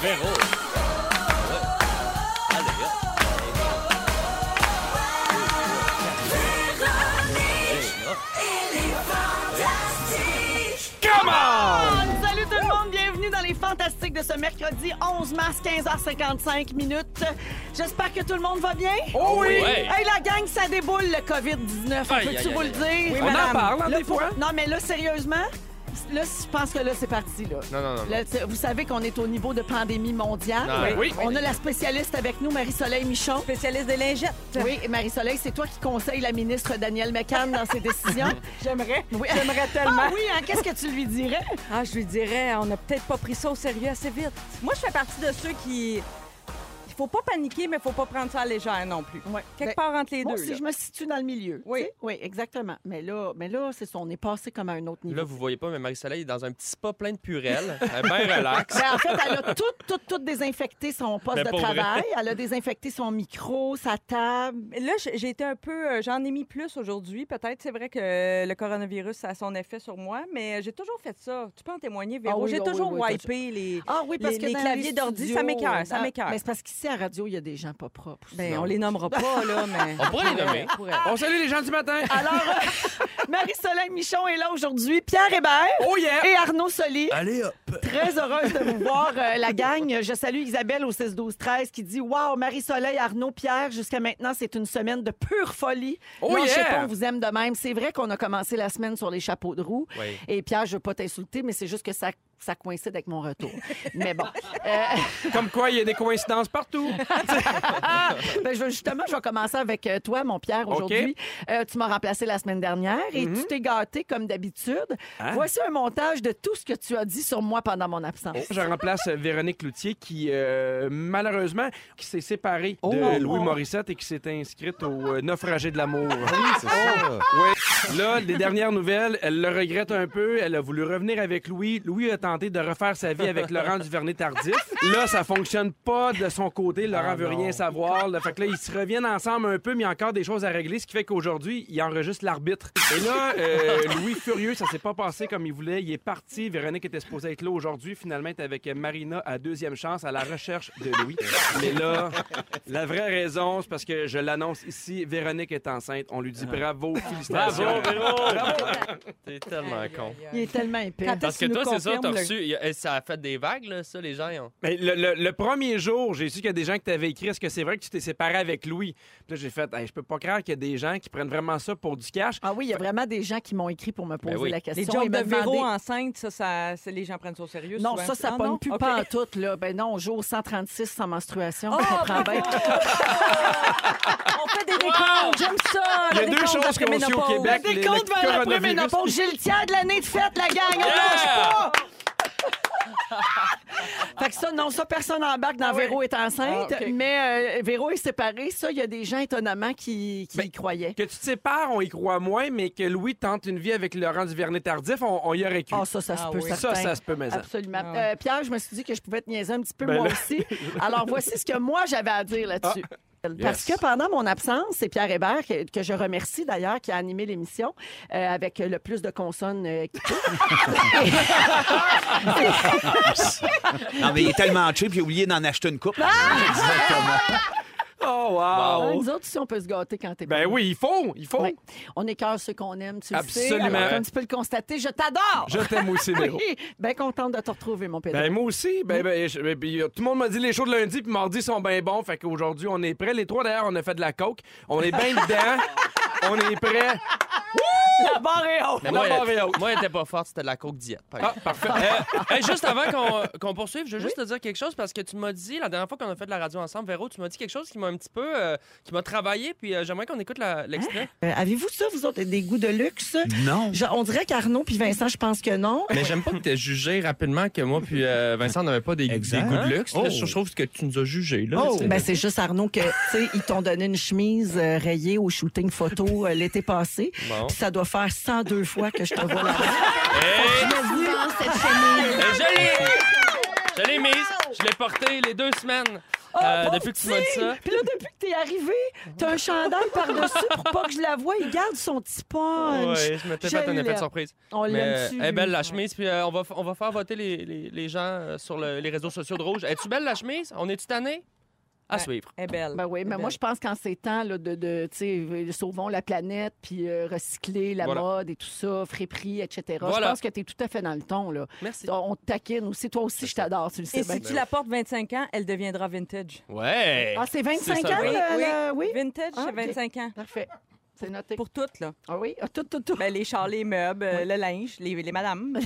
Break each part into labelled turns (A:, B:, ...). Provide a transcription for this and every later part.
A: Véro. Ouais. Allez, hop.
B: Salut tout le monde, bienvenue dans les Fantastiques de ce mercredi 11 mars 15h55 minutes. J'espère que tout le monde va bien.
C: Oh oui!
A: Ouais.
B: Hey la gang, ça déboule le Covid-19,
A: Aïe,
B: peux-tu
A: aïe,
B: vous
A: aïe,
B: le dire?
C: Oui, On madame. en parle, hein,
B: Là,
C: des fois.
B: Non mais là, sérieusement, là, je pense que là, c'est parti là.
C: Non, non, non, non.
B: Là, tu- vous savez qu'on est au niveau de pandémie mondiale.
C: Non, oui.
B: On a la spécialiste avec nous, Marie-Soleil Michon.
D: spécialiste des lingettes.
B: Oui, et Marie-Soleil, c'est toi qui conseille la ministre Danielle McCann dans ses décisions.
D: J'aimerais.
B: Oui.
D: J'aimerais
B: Ah
D: tellement.
B: oui, hein, qu'est-ce que tu lui dirais?
D: Ah, je lui dirais, on n'a peut-être pas pris ça au sérieux assez vite. Moi, je fais partie de ceux qui. Il faut pas paniquer, mais il faut pas prendre ça à la légère non plus.
B: Ouais.
D: Quelque
B: Ben,
D: part entre les
B: Moi
D: deux.
B: aussi,
D: là.
B: je me situe dans le milieu.
D: Oui.
B: tu sais. Oui, exactement. Mais là, mais là c'est ça, on est passé comme à un autre niveau.
C: Là, vous voyez pas, mais Marie-Soleil est dans un petit spa plein de purelles. Elle est bien relax.
B: Ben, en fait, elle a tout, tout, tout désinfecté son poste
C: Mais
B: de
C: Ben, pour vrai.
B: travail. Elle a désinfecté son micro, sa table.
D: Mais Là, j'ai j'ai été un peu. euh, J'en ai mis plus aujourd'hui. Peut-être, c'est vrai que euh, le coronavirus, ça a son effet sur moi, mais euh, j'ai toujours fait ça. Tu peux en témoigner, Véro.
B: Ah oui,
D: j'ai
B: ah oui,
D: toujours
B: oui, t'as-
D: wipé les.
B: Ah oui, parce
D: Les-
B: que
D: les
B: dans
D: claviers
B: les
D: d'ordi,
B: studios,
D: ça m'écoeure, ça
B: dans-
D: m'écoeure.
B: Mais c'est parce qu'ici, à la radio, il y a des gens pas propres.
D: Ben,
B: Non.
D: on les nommera pas, là, mais.
C: On pourrait les nommer.
D: pourrait.
C: On salue les gens du matin.
B: Alors, euh, Marie-Soleil Michon est là aujourd'hui. Pierre Hébert
C: Oh yeah!
B: et Arnaud Soli.
C: Allez hop!
B: Très heureuse de vous voir, euh, la gang. Je salue Isabelle au 6-12-13 qui dit Waouh, Marie-Soleil, Arnaud, Pierre, jusqu'à maintenant, c'est une semaine de pure folie.
C: Oh
B: non, je sais
C: yeah!
B: pas, on vous aime de même. C'est vrai qu'on a commencé la semaine sur les chapeaux de roue.
C: Oui.
B: Et Pierre, je veux pas t'insulter, mais c'est juste que ça, ça coïncide avec mon retour. mais bon. Euh,
C: Comme quoi, il y a des coïncidences partout.
B: ben, je veux- justement, je vais commencer avec euh, toi, mon Pierre, aujourd'hui. Euh, tu m'as remplacé la semaine dernière et
C: Mhm.
B: tu t'es gâté comme d'habitude.
C: Ah.
B: Voici un montage de tout ce que tu as dit sur moi pendant mon absence.
C: Oh.
E: Je remplace Véronique Cloutier qui, euh, malheureusement, qui s'est séparée de Louis Morissette et qui s'est inscrite au euh, Naufragé de l'amour. Oui. Là, les dernières nouvelles, elle le regrette un peu. Elle a voulu revenir avec Louis. Louis a tenté de refaire sa vie avec Laurent Duvernay-Tardif. Là, ça fonctionne pas de son côté. Laurent veut rien savoir. Là, fait que là, ils se reviennent ensemble un peu, mais il y a encore des choses à régler, ce qui fait qu'aujourd'hui, il enregistre l'arbitre. Et là, euh, Louis furieux, ça s'est pas passé comme il voulait. Il est parti. Véronique était supposée être là aujourd'hui. Finalement, elle est avec Marina à deuxième chance à la recherche de Louis. Mais là, la vraie raison, c'est parce que je l'annonce ici, Véronique est enceinte. On lui dit bravo, félicitations.
C: Bravo, Véro! T'es tellement con.
B: Il est tellement épais.
D: Quand
C: Parce que
D: Tu nous
C: toi, c'est ça, t'as
D: confirmes le-
C: reçu. il y a- eh, Ça a fait des vagues, là, ça, les gens. ils ont-
E: Mais le, le- le premier jour, j'ai su qu'il y a des gens qui t'avaient écrit est-ce que c'est vrai que tu t'es séparé avec Louis Puis là, j'ai fait Hey, je peux pas croire qu'il y a des gens qui prennent vraiment ça pour du cash.
B: Ah oui, il y a vraiment des gens qui m'ont écrit pour me poser
C: Ben oui.
B: la
D: Les
B: question. et
D: jobs
B: me
D: de Véro
B: demander-
D: enceinte, ça, ça, c'est- les gens prennent ça au sérieux.
B: Non,
D: souvent.
B: ça, ça
D: Ah,
B: pogne
D: non?
B: plus
D: OK.
B: pas en tout, là. Ben non, jour 136 sans menstruation,
D: Oh,
B: je comprends bien.
D: On fait des décomptes, j'aime ça.
E: Il y a
D: le
E: deux
D: décompte
E: choses
D: après
E: qu'on suit au
D: ménopause.
E: Québec.
B: Des
E: Le- le
B: comptes vers la
E: coronavirus.
B: préménopause. J'ai le tiers de l'année de fête, la gang. On lâche pas. Fait que ça, non, ça, personne n'embarque dans Véro est enceinte.
D: Ah, OK.
B: Mais euh, Véro est séparée. Ça, il y a des gens étonnamment qui, qui
E: Ben,
B: y croyaient.
E: Que tu te sépares, on y croit moins, mais que Louis tente une vie avec Laurent Duvernay-Tardif, on, on y aurait cru.
B: Ah, ça, ça se
D: Ah
B: peut,
D: oui.
E: ça,
B: certain.
E: ça se peut, mais ça.
B: Absolument.
D: Ah ouais.
B: Euh, Pierre, je me suis dit que je pouvais te niaiser un petit peu
E: Ben
B: moi
E: là. Ah.
B: aussi. Alors, voici ce que moi j'avais à dire là-dessus. Parce que pendant mon absence, c'est Pierre Hébert, que, que je remercie d'ailleurs, qui a animé l'émission euh, avec le plus de consonnes euh, qui
E: Ah
B: peut.
F: Non, mais il est tellement cheap, j'ai oublié d'en acheter une coupe.
E: Ah!
F: Exactement.
E: Oh, wow.
B: Nous autres, si on peut se gâter quand t'es
E: Ben
B: pas là.
E: oui, il faut, il faut.
B: Ouais. On écœure ceux qu'on aime, tu le sais.
E: Absolument.
B: Alors, comme tu peux le constater, je t'adore!
E: Je t'aime aussi, Véro.
B: Oui, bien contente de te retrouver, mon pédale.
E: Ben moi aussi, ben, ben, je- ben, puis, euh, tout le monde m'a dit les shows de lundi puis mardi sont bien bons, fait qu'aujourd'hui on est prêts. Les trois d'ailleurs, on a fait de la coke, on est bien dedans, on est prêts.
B: la barre est haute!
C: Mais
E: La
C: moi,
E: barre est
C: elle,
E: haute.
C: moi, elle était pas forte, c'était de la coke diète. par
E: Ah,
C: exemple.
E: parfait.
C: Euh, hey, juste avant qu'on qu'on poursuive, je veux juste te dire quelque chose parce que tu m'as dit la dernière fois qu'on a fait de la radio ensemble, Véro, tu m'as dit quelque chose qui m'a un petit peu euh, qui m'a travaillé, puis euh, j'aimerais qu'on écoute la- l'extrait.
B: Euh, Avez-vous ça, vous autres, des goûts de luxe?
F: Non.
B: Je- on dirait qu'Arnaud puis Vincent, je pense que non.
C: Mais j'aime pas que t'aies jugé rapidement que moi puis euh, Vincent n'avait pas des,
F: Exact. goûts de luxe. Là, je
C: trouve que tu nous as jugé là.
B: Oh, ben c'est juste Arnaud que tu sais ils t'ont donné une chemise euh, rayée au shooting photo euh, l'été passé.
C: Bon.
B: Puis ça doit faire 102 fois que je te vois là.
C: Eh! Oh. je l'ai, je l'ai mise, je l'ai portée les deux semaines. Euh,
B: Ah, bon
C: depuis que tu m'as dit
B: petit!
C: ça.
B: Puis là, depuis que t'es arrivé, t'as un chandail par-dessus pour pas que je la voie. Il garde son petit punch.
C: Ouais, je m'étais
B: Je
C: fait un effet
B: l'aime.
C: de surprise.
B: On
C: Mais euh,
B: l'aime-tu?
C: elle est belle la chemise, puis euh, on, va, f- on va faire voter les, les- les gens euh, sur le- les réseaux sociaux de Rouge. Es-tu belle la chemise? On est-tu tanné? À
D: Ouais.
C: suivre.
D: Elle est Eh, belle.
B: Ben oui, mais moi, je pense qu'en ces temps là, de, de tu sais, euh, sauvons la planète, puis euh, recycler la
C: Voilà.
B: mode et tout ça, friperie, etc.
C: Voilà.
B: Je pense que t'es tout à fait dans le ton, là.
C: Merci.
B: On te taquine aussi. Toi aussi, je t'adore, tu le sais
D: Et
B: bien.
D: si tu la portes 25 ans, elle deviendra vintage.
C: Ouais!
B: Ah, c'est 25
C: C'est
B: ans,
C: ça.
B: le-
C: Oui,
B: le- oui.
D: Vintage,
B: Ah,
D: c'est
B: ok.
D: 25 ans.
B: Parfait. C'est noté.
D: Pour toutes, là.
B: Ah oui, ah, tout, tout, tout.
D: Ben, les chars, les meubles, euh, le linge, les, les madames.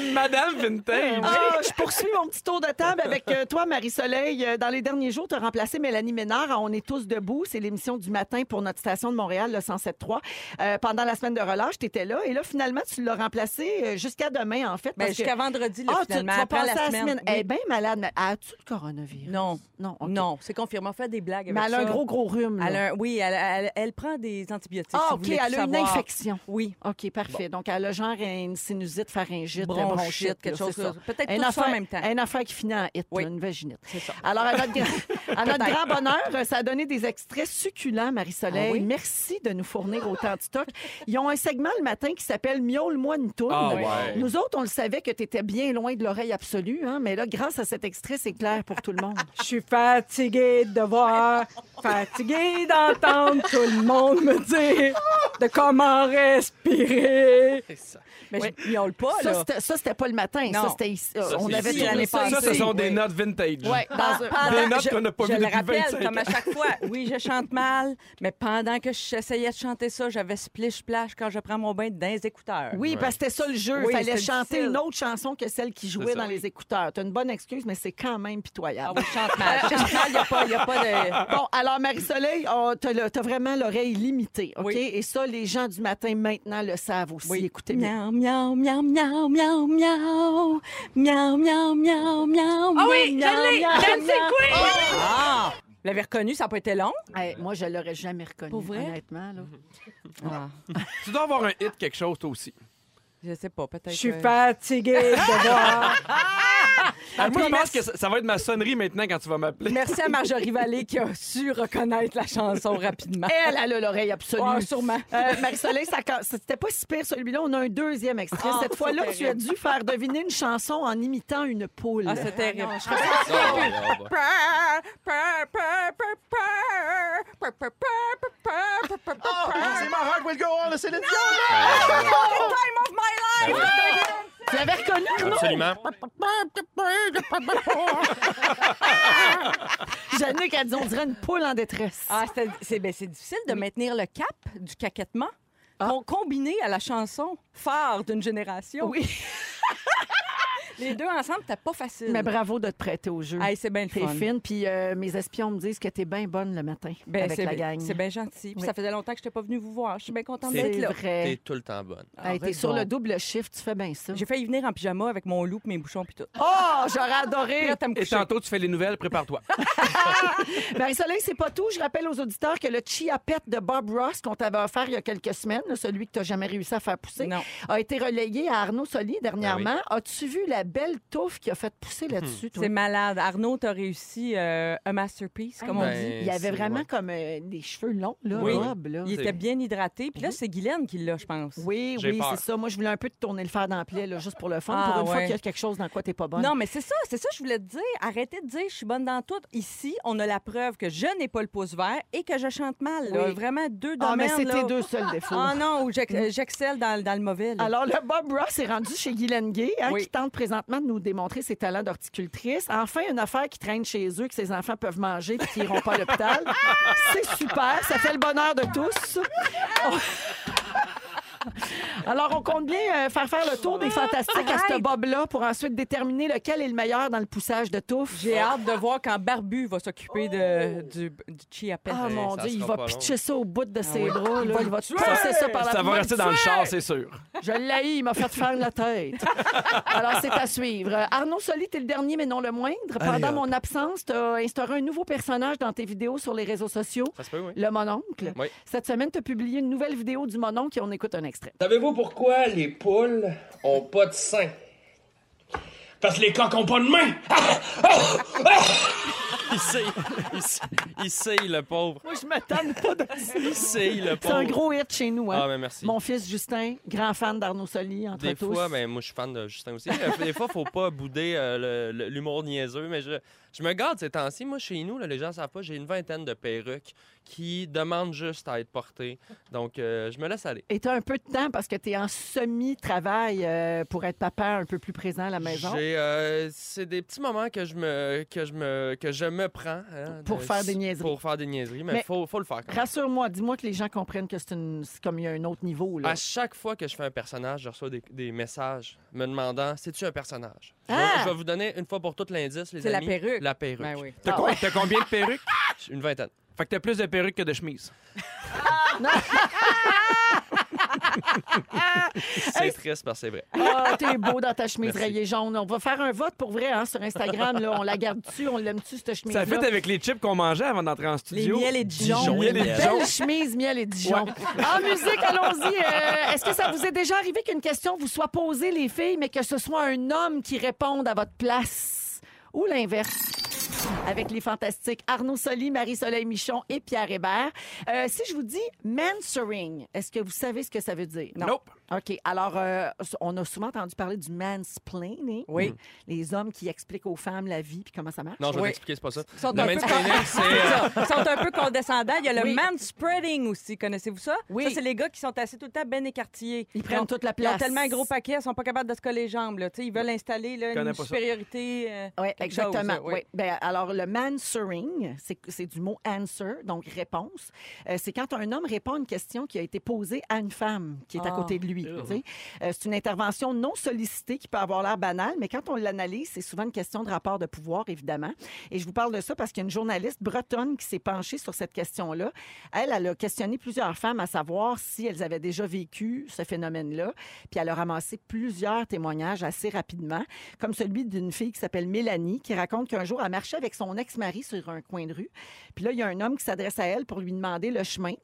E: Une madame vintage.
B: Ah, je poursuis mon petit tour de table avec euh, toi, Marie-Soleil. Euh, Dans les derniers jours, tu as remplacé Mélanie Ménard à On est tous debout. C'est l'émission du matin pour notre station de Montréal, le 107.3. Euh, pendant la semaine de relâche, tu étais là. Et là, finalement, tu l'as remplacée euh, jusqu'à demain, en fait.
D: Ben,
B: parce que-
D: Jusqu'à vendredi, là,
B: Ah, tu, tu
D: finalement.
B: vas
D: après
B: passer
D: la semaine.
B: Elle
D: Oui.
B: est bien malade. mais As-tu le coronavirus?
D: Non,
B: Non, ok.
D: non, c'est confirmé. On fait des blagues
B: Mais
D: avec
B: elle a un
D: ça.
B: gros, gros rhume. là.
D: Elle a un- oui, elle, elle- elle prend des antibiotiques. si
B: Ah,
D: vous
B: OK,
D: voulez
B: elle
D: tout
B: a une
D: savoir.
B: infection.
D: Oui,
B: OK, parfait. Donc, elle a genre une sinusite, pharyngite,
D: Bronchite, quelque
B: là,
D: chose
B: c'est ça.
D: comme ça. Peut-être
B: Une
D: tout ça en
B: affaire-
D: même temps.
B: Une affaire qui finit en hit,
D: Oui.
B: là, une vaginite.
D: c'est ça.
B: Alors, à notre, gra- à notre grand bonheur, euh, ça a donné des extraits succulents, Marie-Soleil.
D: Ah oui?
B: Merci de nous fournir autant de stock. Ils ont un segment le matin qui s'appelle Miaule-moi une toune.
E: Ah ouais.
B: Nous autres, on le savait que tu étais bien loin de l'oreille absolue, hein, mais là, grâce à cet extrait, c'est clair pour tout le monde.
A: Je suis fatiguée de voir, fatiguée d'entendre tout le monde me dire de comment respirer.
C: C'est ça.
D: Mais je miaule pas,
B: Ça,
D: Ah, là.
B: c'était- ça, c'était pas le matin. Ça,
D: Non.
B: c'était ici. Euh, on
D: c'est
B: avait
D: ici,
B: tourné
D: l'année
B: ça
E: Ça,
D: passée.
E: ce
B: ici.
E: sont
D: oui.
E: des notes vintage.
B: Ouais, dans un-
D: Pendant-
E: Des notes
D: je-
E: qu'on n'a pas
D: je
E: vues
D: le
E: depuis
D: rappelle,
E: 25
D: comme
E: ans.
D: à chaque fois. Oui, je chante mal, mais pendant que j'essayais de chanter ça, j'avais splish-splash quand je prends mon bain dans les écouteurs.
B: Oui, parce que c'était ça le jeu.
D: Oui,
B: Il fallait
D: c'était
B: chanter
D: difficile.
B: une autre chanson que celle qui jouait
E: ça.
B: dans les écouteurs. T'as une bonne excuse, mais c'est quand même
D: Ah
B: pitoyable.
D: oui, je chante mal. Je chante mal, il n'y a, pas- y a pas de...
B: Bon, alors Marie-Soleil, oh, t'as le- t'as vraiment l'oreille limitée, OK?
D: Oui.
B: Et ça, les gens du matin maintenant le savent aussi. Écoutez bien.
D: Miaou, miaou, miaou, miaou, miaou, miaou. Miaou, miaou, miaou, miaou. Ah oui, je l'ai, Ah! Vous l'avez reconnu, ça n'a pas été long.
B: Hey, moi, je l'aurais jamais reconnu,
D: Pour vrai?
B: honnêtement. là.
D: Mm-hmm.
E: Tu dois avoir un hit quelque chose, toi aussi.
D: Je sais pas, peut-être.
A: Je suis
D: euh,
A: fatiguée de voir.
E: Ah, moi, je pense que ça, ça va être ma sonnerie maintenant quand tu vas m'appeler.
D: Merci à Marjorie Vallée qui a su reconnaître la chanson rapidement.
B: Elle, elle a l'oreille absolue.
D: Ah, sûrement.
B: Euh, Marie-Soleil, ça ca- c'était pas si pire celui-là. On a un deuxième extrait.
D: Ah,
B: Cette fois-là, tu as dû faire deviner une chanson en imitant une poule.
D: Ah, c'est terrible. Je
F: C'est my heart will go on, c'est le
B: tu l'avais reconnu,
D: Ah,
B: non?
C: Absolument.
B: Jannick a dit, on dirait une poule en détresse.
D: Ah, c'est- c'est ben, c'est difficile de maintenir le cap du caquettement
B: Ah.
D: com- combiné à la chanson phare d'une génération.
B: Oui.
D: Les deux ensemble, t'as pas facile.
B: Mais bravo de te prêter au jeu.
D: Hey, c'est bien le
B: T'es
D: fun.
B: fine, puis euh, mes espions me disent que t'es bien bonne le matin
D: Ben,
B: avec
D: c'est
B: la
D: bien-
B: gang.
D: C'est bien gentil. Puis
B: Oui.
D: Ça faisait longtemps que je n'étais pas venue vous voir. Je suis bien contente
C: C'est-
D: d'être
B: C'est
D: là.
B: vrai.
C: T'es tout le temps bonne.
B: Hey, T'es
D: Arrête
B: sur
D: donc.
B: le double chiffre, tu fais bien ça.
D: J'ai failli venir en pyjama avec mon loup, mes bouchons puis tout.
B: Oh, j'aurais adoré.
D: Là, t'as me
E: Et
D: couché.
E: tantôt, tu fais les nouvelles, prépare-toi.
B: Marie-Soleil, c'est pas tout. Je rappelle aux auditeurs que le chia pet de Bob Ross qu'on t'avait offert il y a quelques semaines, celui que t'as jamais réussi à faire pousser,
D: Non.
B: a été relayé à Arnaud Soli dernièrement.
C: Ah
B: As-tu vu la belle touffe qu'il a fait pousser là-dessus, toi?
D: C'est malade. Arnaud, t'as réussi euh, un masterpiece, comme on dit.
C: Ben,
B: Il y avait
C: c'est-
B: vraiment
C: ouais.
B: comme euh, des cheveux longs, là,
D: Oui.
B: Bob, là.
D: Il était bien hydraté.
B: Mhm.
D: Puis là, c'est Guylaine qui l'a, je pense.
B: Oui,
E: J'ai
B: oui,
E: peur.
B: c'est ça. Moi, je voulais un peu te tourner le fer dans la plaie, là, juste pour le fun,
D: Ah,
B: pour une fois
D: ouais.
B: qu'il y a quelque chose dans quoi t'es pas bonne.
D: Non, mais c'est ça, c'est ça que je voulais te dire. Arrêtez de dire je suis bonne dans tout. Ici, on a la preuve que je n'ai pas le pouce vert et que je chante mal. là.
B: Oui.
D: Vraiment deux domaines.
B: Ah, mais c'est
D: là.
B: tes deux seuls défauts.
D: Ah non, où j'ex- euh, j'excelle dans, dans le mauvais.
C: Mmh.
D: là.
B: Alors, le Bob Ross est rendu chez Guylaine Gay, hein,
D: Oui.
B: qui tente présentement de nous démontrer ses talents d'horticultrice. Enfin, une affaire qui traîne chez eux, que ses enfants peuvent manger puis qu'ils n'iront pas à l'hôpital. C'est super, ça fait le bonheur de tous. Alors, on compte bien euh, faire faire le tour des fantastiques à ce Bob-là pour ensuite déterminer lequel est le meilleur dans le poussage de touffe.
D: J'ai hâte de voir quand Barbu va s'occuper de, du, du chia pet.
B: Oh.
D: euh,
B: Ah
C: Eh,
B: mon
C: ça sera
B: Dieu, il va
C: pas long. Ah
B: pitcher ça au bout de ses bras. là. Il va te passer ça par la
E: Ça va
B: pointe.
E: rester dans le char, c'est sûr.
B: Je l'ai, il m'a fait faire la tête. Alors, c'est à suivre. Euh, Arnaud Soli, t'es le dernier, mais non le moindre. Pendant
F: Allez, hop.
B: mon absence, t'as instauré un nouveau personnage dans tes vidéos sur les réseaux sociaux,
C: Ça se peut, oui.
B: le mononcle.
C: Oui.
B: Cette semaine, t'as publié une nouvelle vidéo du mononcle et on écoute un extrait.
G: Savez-vous pourquoi les poules ont pas de sein? Parce que les coqs ont pas de main.
C: Il sait, il sait, il sait, le pauvre.
B: Moi, je m'attends pas de
C: Il sait, le
B: C'est
C: pauvre.
B: un gros hit chez nous. Hein?
C: Ah, ben merci.
B: Mon fils Justin, grand fan d'Arnaud Soli, entre
C: Des
B: tous.
C: fois, ben, moi, je suis fan de Justin aussi. Euh, Des fois, faut pas bouder euh, le- le- l'humour niaiseux, mais je, je me garde ces temps-ci. Moi, chez nous, là, les gens savent pas, j'ai une vingtaine de perruques qui demandent juste à être portées. Donc, euh, je me laisse aller.
B: Et tu un peu de temps parce que tu es en semi-travail euh, pour être papa un peu plus présent à la maison.
C: J'ai, euh, c'est des petits moments que je me, que je me, que je me prends. hein,
B: Pour faire des niaiseries.
C: Pour faire des niaiseries, mais,
B: Mais-
C: faut, faut le faire. quand même.
B: Rassure-moi, dis-moi que les gens comprennent que c'est une... c'est comme il y a un autre niveau. Là.
C: À chaque fois que je fais un personnage, je reçois des, des messages me demandant C'est-tu un personnage Je vais-
B: Ah!
C: je, vais vous donner une fois pour toutes l'indice, les
D: C'est la
C: amis.
D: perruque.
C: La perruque.
D: Ben oui.
E: T'as
B: Ah
E: quoi- t'as combien de perruques?
C: Une vingtaine.
E: Fait que t'as plus de perruques que de chemises.
C: C'est triste, parce que c'est vrai.
B: Ah, t'es beau dans ta chemise
C: Merci.
B: rayée jaune. On va faire un vote pour vrai hein, sur Instagram. Là. On la garde-tu, on l'aime-tu, cette
E: Ça
B: chemise-là?
E: a fait avec les chips qu'on mangeait avant d'entrer en
D: Les
E: studio.
D: miels et Dijon.
E: Dijon, miel et
B: Belle
E: Dijon.
B: chemise, miel et Dijon. En musique, allons-y. Euh, Est-ce que ça vous est déjà arrivé qu'une question vous soit posée, les filles, mais que ce soit un homme qui réponde à votre place? Ou l'inverse? Avec les fantastiques Arnaud Soli, Marie-Soleil Michon et Pierre Hébert. Euh, si je vous dis mansering, est-ce que vous savez ce que ça veut dire? Non.
E: Nope.
B: OK. Alors, euh, on a souvent entendu parler du mansplaining.
D: Oui.
B: Les hommes qui expliquent aux femmes la vie puis comment ça marche.
C: Non, je vais
D: Oui.
C: t'expliquer, c'est pas ça.
D: Ils sont,
C: Le
D: un peu...
C: mansplaining, c'est. euh,
D: Ils sont un peu condescendants. Il y a le
B: Oui.
D: manspreading aussi. Connaissez-vous ça?
B: Oui.
D: Ça, c'est les gars qui sont assis tout le temps bien écartillés.
B: Ils prennent toute la
D: Ils
B: place.
D: ont tellement un gros paquet, ils sont pas capables de se coller les jambes. Là. Tu sais, Ils veulent installer là,
E: Connais
D: une
E: pas ça.
D: supériorité. euh,
B: Oui,
D: quelque
B: exactement.
D: chose,
B: oui.
D: oui.
B: Ben, alors, le manswering, c'est c'est du mot answer, donc réponse. Euh, c'est quand un homme répond à une question qui a été posée à une femme qui est
D: Ah.
B: à côté de lui. tu sais. Euh, c'est une intervention non sollicitée qui peut avoir l'air banale, mais quand on l'analyse, c'est souvent une question de rapport de pouvoir, évidemment. Et je vous parle de ça parce qu'il y a une journaliste bretonne qui s'est penchée sur cette question-là. Elle, elle a questionné plusieurs femmes à savoir si elles avaient déjà vécu ce phénomène-là. Puis elle a ramassé plusieurs témoignages assez rapidement, comme celui d'une fille qui s'appelle Mélanie, qui raconte qu'un jour, elle marchait avec son ex-mari sur un coin de rue. Puis là, il y a un homme qui s'adresse à elle pour lui demander le chemin.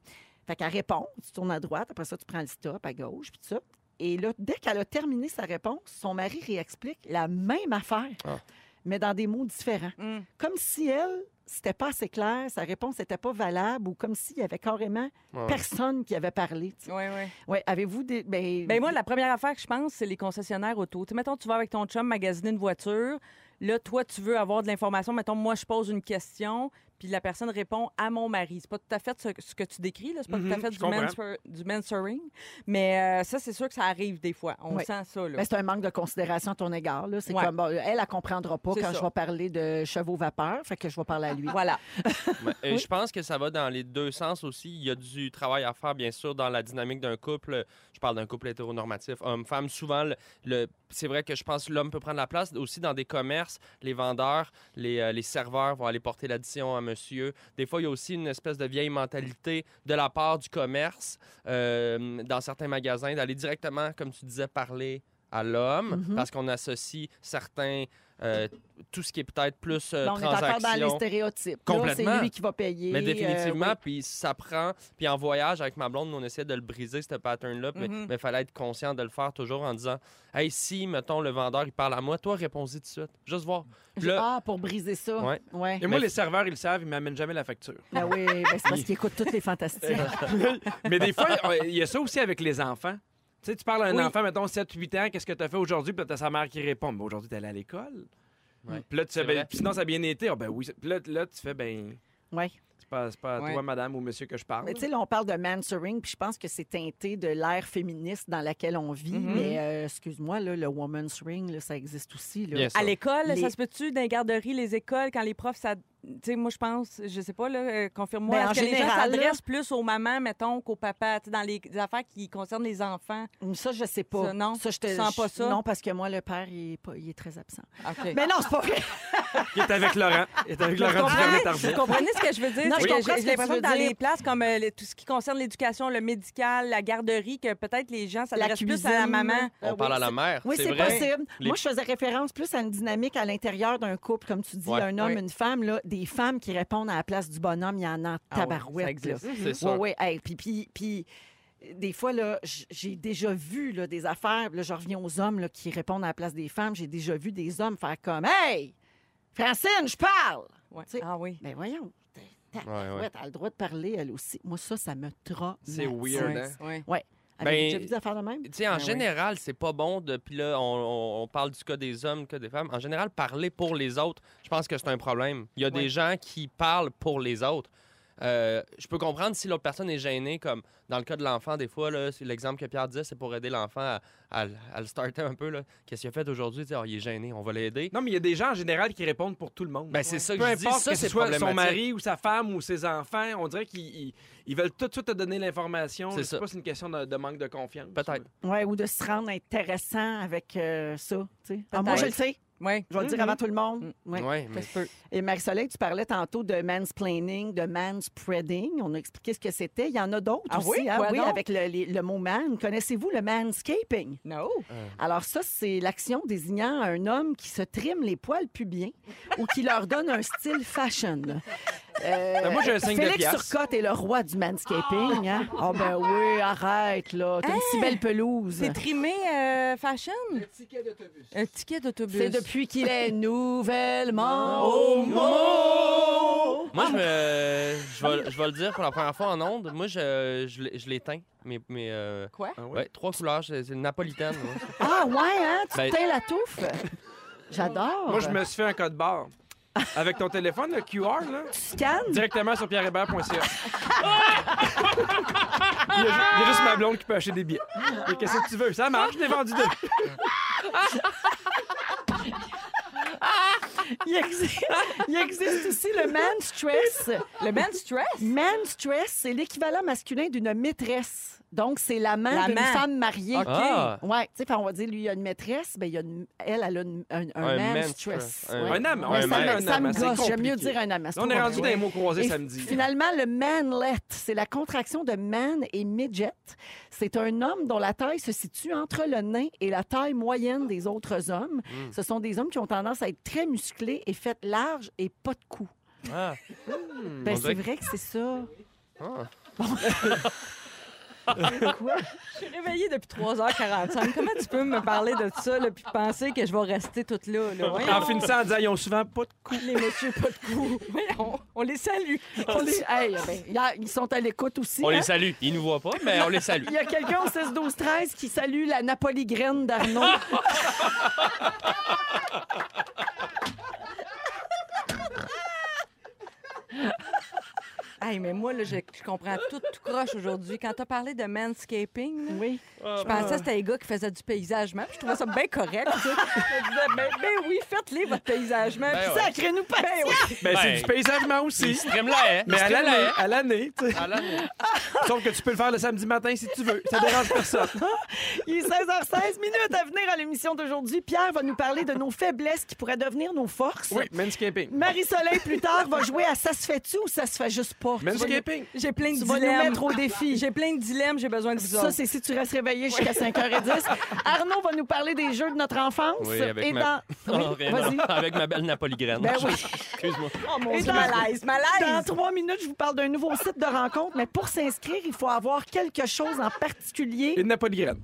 B: Fait qu'elle répond, tu tournes à droite, après ça, tu prends le stop à gauche, puis tout ça. Et là, dès qu'elle a terminé sa réponse, son mari réexplique la même affaire,
C: Ah.
B: mais dans des mots différents
D: Mm.
B: comme si elle, c'était pas assez clair, sa réponse n'était pas valable ou comme s'il y avait carrément
C: Ouais.
B: personne qui avait parlé. tu sais.
D: Ouais, ouais.
B: Ouais, avez-vous des. Ben,
D: Ben moi, la première affaire que je pense, c'est les concessionnaires auto. Tu sais, mettons, tu vas avec ton chum magasiner une voiture. Là, toi, tu veux avoir de l'information. Mettons, moi, je pose une question, puis la personne répond à mon mari. C'est pas tout à fait ce, ce que tu décris, là. C'est pas
E: Mhm,
D: tout à fait
E: je
D: du,
E: comprends.
D: mansper- du mansering. Mais euh, ça, c'est sûr que ça arrive des fois. On
B: Ouais.
D: sent ça, là.
B: ben, c'est un manque de considération à ton égard. là. C'est
D: Ouais.
B: comme, bon, elle, elle comprendra pas
D: C'est
B: quand
D: ça.
B: je vais parler de chevaux vapeur, fait que je vais parler à lui.
D: Voilà.
C: Ouais, Et je pense que ça va dans les deux sens aussi. Il y a du travail à faire, bien sûr, dans la dynamique d'un couple. Je parle d'un couple hétéronormatif, homme-femme. Souvent, le, le- c'est vrai que je pense que l'homme peut prendre la place. Aussi, dans des commerces, les vendeurs, les, euh, les serveurs vont aller porter l'addition à monsieur. Des fois, il y a aussi une espèce de vieille mentalité de la part du commerce, euh, dans certains magasins, d'aller directement, comme tu disais, parler à l'homme,
B: Mhm.
C: parce qu'on associe certains... euh, tout ce qui est peut-être plus euh,
B: Là, Ben, on est encore dans les
C: transaction.
B: stéréotypes. Là,
C: Complètement.
B: c'est lui qui va payer.
C: Mais
B: euh,
C: définitivement, puis ça prend. Puis en voyage avec ma blonde, nous, on essayait de le briser, ce pattern-là. mais-
D: Mhm.
C: Mais il fallait être conscient de le faire toujours en disant Hey, si, mettons, le vendeur, il parle à moi, toi, réponds-y tout de suite. Juste voir.
B: oui.
C: Là,
B: Ah, pour briser ça.
C: Ouais.
B: Ouais.
E: Et moi,
C: Mais-
E: les serveurs, ils le savent, ils m'amènent jamais la facture.
B: Ben oui, ben, c'est parce qu'il écoute toutes les fantastiques.
E: Mais des fois, euh, il y a ça aussi avec les enfants. Tu sais, tu parles à un
D: Oui.
E: enfant, mettons, 7-8 ans, qu'est-ce que t'as fait aujourd'hui? Puis là, t'as sa mère qui répond, mais aujourd'hui, t'es allé à l'école.
C: Ouais.
E: Puis là, tu fais,
C: C'est
E: ben,
C: vrai.
E: puis sinon, ça a bien été. Ah, ben oui. Puis là, là, tu fais, ben,
B: Ouais.
E: c'est pas, c'est pas à
D: Ouais.
E: toi, madame ou monsieur, que je parle.
B: Mais tu sais, là, on parle de mansering, puis je pense que c'est teinté de l'ère féministe dans laquelle on vit.
D: Mhm.
B: Mais euh, excuse-moi, là, le woman's ring, là, ça existe aussi. Là.
C: Bien sûr.
D: À l'école,
B: Les-
D: ça se peut-tu, dans les garderies, les écoles, quand les profs, ça. Tu sais, moi, je pense, je sais pas, là, euh, confirme-moi,
B: Ben, en
D: est-ce que les gens
B: général, là-
D: s'adressent plus aux mamans, mettons, qu'aux papas, tu sais, dans les affaires qui concernent les enfants?
B: Mm, Ça, je sais pas.
D: Ça, non?
B: je te-
D: Tu sens pas
B: je-
D: ça?
B: Non, parce que moi, le père, il est, pas- il est très absent.
D: OK.
B: Mais non, c'est pas vrai.
E: Il est avec Laurent. Il est avec Laurent
D: comprends.
E: Duvernay Tardy.
D: Ah, Vous comprenez ce que je veux dire?
B: Non,
D: C'est
B: je
D: que
B: comprends
D: j'ai-
B: ce que
D: j'ai
B: tu
D: l'impression
B: veux
D: que dans
B: dire.
D: les places comme euh, le- tout ce qui concerne l'éducation, le médical, la garderie, que peut-être les gens s'adressent plus à la maman.
C: on parle à la mère.
B: Euh, Oui, c'est
C: vrai.
B: possible.
C: Les-
B: Moi, je faisais référence plus à une dynamique à l'intérieur d'un couple, comme tu dis,
C: Ouais.
B: un homme,
D: Ouais.
B: une femme, là, des femmes qui répondent à la place du bonhomme, il y en a en
D: Ah ouais, ça
B: tabarouette. là.
D: existe.
C: C'est
B: Oui,
C: sûr.
B: oui. Hey, puis, puis, puis des fois, là, j- j'ai déjà vu là, des affaires. Là, je reviens aux hommes là, qui répondent à la place des femmes. J'ai déjà vu des hommes faire comme Hey, Francine, je parle.
D: Ouais.
B: Tu sais,
D: Ah oui.
B: Ben voyons. t'as- t'as-
C: Ouais, Ben ouais.
B: ouais, t'as le droit de parler, elle aussi. Moi, ça, ça me traumatise.
E: C'est weird, hein?
D: Ouais.
B: Avez-vous
C: Ben,
B: déjà vu des affaires de même?
C: Tu sais, en
B: Ben oui.
C: général, c'est pas bon. De, puis là, on, on- on parle du cas des hommes, que des femmes. En général, parler pour les autres, je pense que c'est un problème. Il y a des gens qui parlent pour les autres. Euh, je peux comprendre si l'autre personne est gênée, comme dans le cas de l'enfant, des fois, là, c'est l'exemple que Pierre disait, c'est pour aider l'enfant à, à- à le starter un peu. là. Qu'est-ce qu'il a fait aujourd'hui? Tu sais, Ah, il est gêné, on va l'aider.
E: Non, mais il y a des gens en général qui répondent pour tout le monde.
C: Ben, c'est ça que
E: Peu
C: je dis.
E: importe
C: Ça,
E: que ce
C: c'est
E: soit son
C: problématique.
E: mari ou sa femme ou ses enfants, on dirait qu'ils ils- ils veulent tout de suite te donner l'information.
C: C'est
E: Je sais
C: ça.
E: pas si c'est une question de, de manque de confiance.
C: Peut-être.
B: Ouais, ou de se rendre intéressant avec euh, ça. tu sais. Ah, moi,
D: Peut-être.
B: je le sais.
D: Ouais.
B: Je vais le dire avant tout le monde. Ouais.
C: Ouais, mais-
D: Ça se peut.
B: Et Marie-Soleil, tu parlais tantôt de mansplaining, de manspreading. On a expliqué ce que c'était. Il y en a d'autres
D: Ah
B: aussi.
D: oui?
B: hein,
D: Quoi donc?
B: avec le, les- le mot man. Connaissez-vous le manscaping? Euh.
D: No.
B: Alors ça, c'est l'action désignant un homme qui se trime les poils pubiens ou qui leur donne un style fashion. Euh,
E: Ben, moi, j'ai un signe de
B: Félix
E: piastre.
B: Turcotte est le roi du manscaping. Hein?
D: Ah!
B: Oh ben oui, arrête là, t'as une si belle pelouse.
D: Hein? C'est trimé euh, fashion? Un ticket d'autobus.
B: C'est
D: Un ticket d'autobus.
B: depuis qu'il est nouvellement
C: Moi, je me. Je vais, je vais le dire pour la première fois en ondes. Moi, je, je, l'ai- je l'éteins. Mais. mais euh,
D: Quoi?
E: Ah ouais?
C: ouais, trois couleurs. C'est c'est une napolitaine. moi.
B: Ah ouais, hein? Tu
C: Ben-
B: teins la touffe? J'adore.
E: Moi, je me suis fait un code barre. Avec ton téléphone, le QR, là,
B: Tu scannes?
E: directement sur pierrehébert.ca. il, y a, ju- il y a juste ma blonde qui peut acheter des billets. Et qu'est-ce que tu veux? Ça marche, je l'ai vendu deux.
B: Il existe, il existe aussi le man stress.
D: Le man stress?
B: Man stress, c'est l'équivalent masculin d'une maîtresse. Donc, c'est l'amant
D: L'amant.
B: d'une femme mariée.
D: OK.
C: Ah!
B: Ouais, tu sais, fait, on va dire, lui, il a une maîtresse, ben, il y a une- elle, elle a une- un, un
C: Un
B: man
C: man
B: stress.
C: stress. Un-
B: Ouais.
E: Un homme,
B: Ouais,
E: un
B: ça,
E: homme,
B: me-
E: un
B: ça me
E: homme, c'est
B: gosse. J'aime mieux
E: compliqué.
B: dire un homme. c'est
E: Là, on est
B: trop
E: rendu dans les
B: compliqué.
E: mots croisés
B: Et
E: samedi.
B: Finalement, le manlet, c'est la contraction de man et midget. C'est un homme dont la taille se situe entre le nain et la taille moyenne des autres hommes.
C: Hmm.
B: Ce sont des hommes qui ont tendance à être très musclés et faits larges et pas de cou.
C: Ah.
B: Ben,
C: On
B: c'est
C: dirait que-
B: vrai que c'est ça.
C: Ah.
D: Je suis réveillée depuis 3h45. Comment tu peux me parler de ça là, puis penser que je vais rester toute là? là? Voyons.
E: En finissant en disant, ils ont souvent pas de coups.
D: les messieurs, pas de coup. Voyons, on les salue.
B: On les- Hey, ben, y a- ils sont à l'écoute aussi.
C: On
B: hein.
C: les salue. Ils nous voient pas, mais on les salue.
B: Il y a quelqu'un au 16 12 13 qui salue la Napoli graine d'Arnaud.
D: Hey, mais moi, là, je, je comprends tout, tout croche aujourd'hui. Quand t'as parlé de manscaping, là,
B: Oui.
D: je pensais que c'était les gars qui faisaient du paysagement. puis Je trouvais ça bien correct. tu sais. Je me disais, ben, ben oui, faites-les votre paysagement.
C: Ben
D: Puis
C: ouais.
B: Sacré-nous pas.
E: Ben, c'est
C: Ben.
E: du paysagement aussi.
C: Crème la haie.
E: Mais à
C: Crème
E: l'année,
C: la haie.
E: à l'année, tu sais.
C: À l'année.
E: Sauf que tu peux le faire le samedi matin si tu veux. Ça dérange personne.
B: Il est 16h16 minutes à venir à l'émission d'aujourd'hui. Pierre va nous parler de nos faiblesses qui pourraient devenir nos forces.
E: Oui, manscaping.
B: Marie-Soleil, plus tard, va jouer à Ça se fait-tu ou ça se fait juste pas? Tu vas
E: Manscaping.
D: J'ai plein de
B: nous- Tu vas nous
D: dilemmes.
B: mettre au défi.
D: J'ai plein de dilemmes, j'ai besoin de vous
B: Ça,
D: autres.
B: c'est si tu restes réveillé jusqu'à 5h10. Arnaud va nous parler des jeux de notre enfance.
C: Oui, avec
B: et
C: ma-
B: dans... Oui,
C: Oh, rien,
B: vas-y.
C: non. Avec ma belle napoligraine.
B: Ben oui.
C: Excuse-moi.
D: Oh mon
B: Et
D: Dieu,
B: dans-
D: malaise,
B: Dans
D: malaise!
B: trois minutes, je vous parle d'un nouveau site de rencontre, mais pour s'inscrire, il faut avoir quelque chose en particulier.
E: Une napoligraine.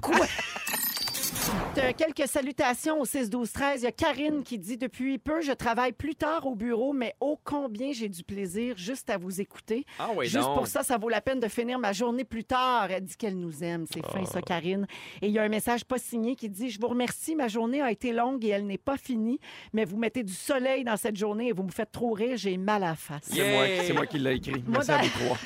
B: Euh, quelques salutations au 6-12-13. Il y a Karine qui dit Depuis peu, je travaille plus tard au bureau, mais ô combien j'ai du plaisir juste à vous écouter.
E: Ah oui,
B: juste
E: donc.
B: pour ça, ça vaut la peine de finir ma journée plus tard. Elle dit qu'elle nous aime. C'est fin, ça, Karine. Et il y a un message pas signé qui dit Je vous remercie, ma journée a été longue et elle n'est pas finie, mais vous mettez du soleil dans cette journée et vous me faites trop rire, j'ai mal à la face.
E: C'est moi, qui- c'est moi qui l'ai écrit.
B: Moi,
E: Merci à vous trois.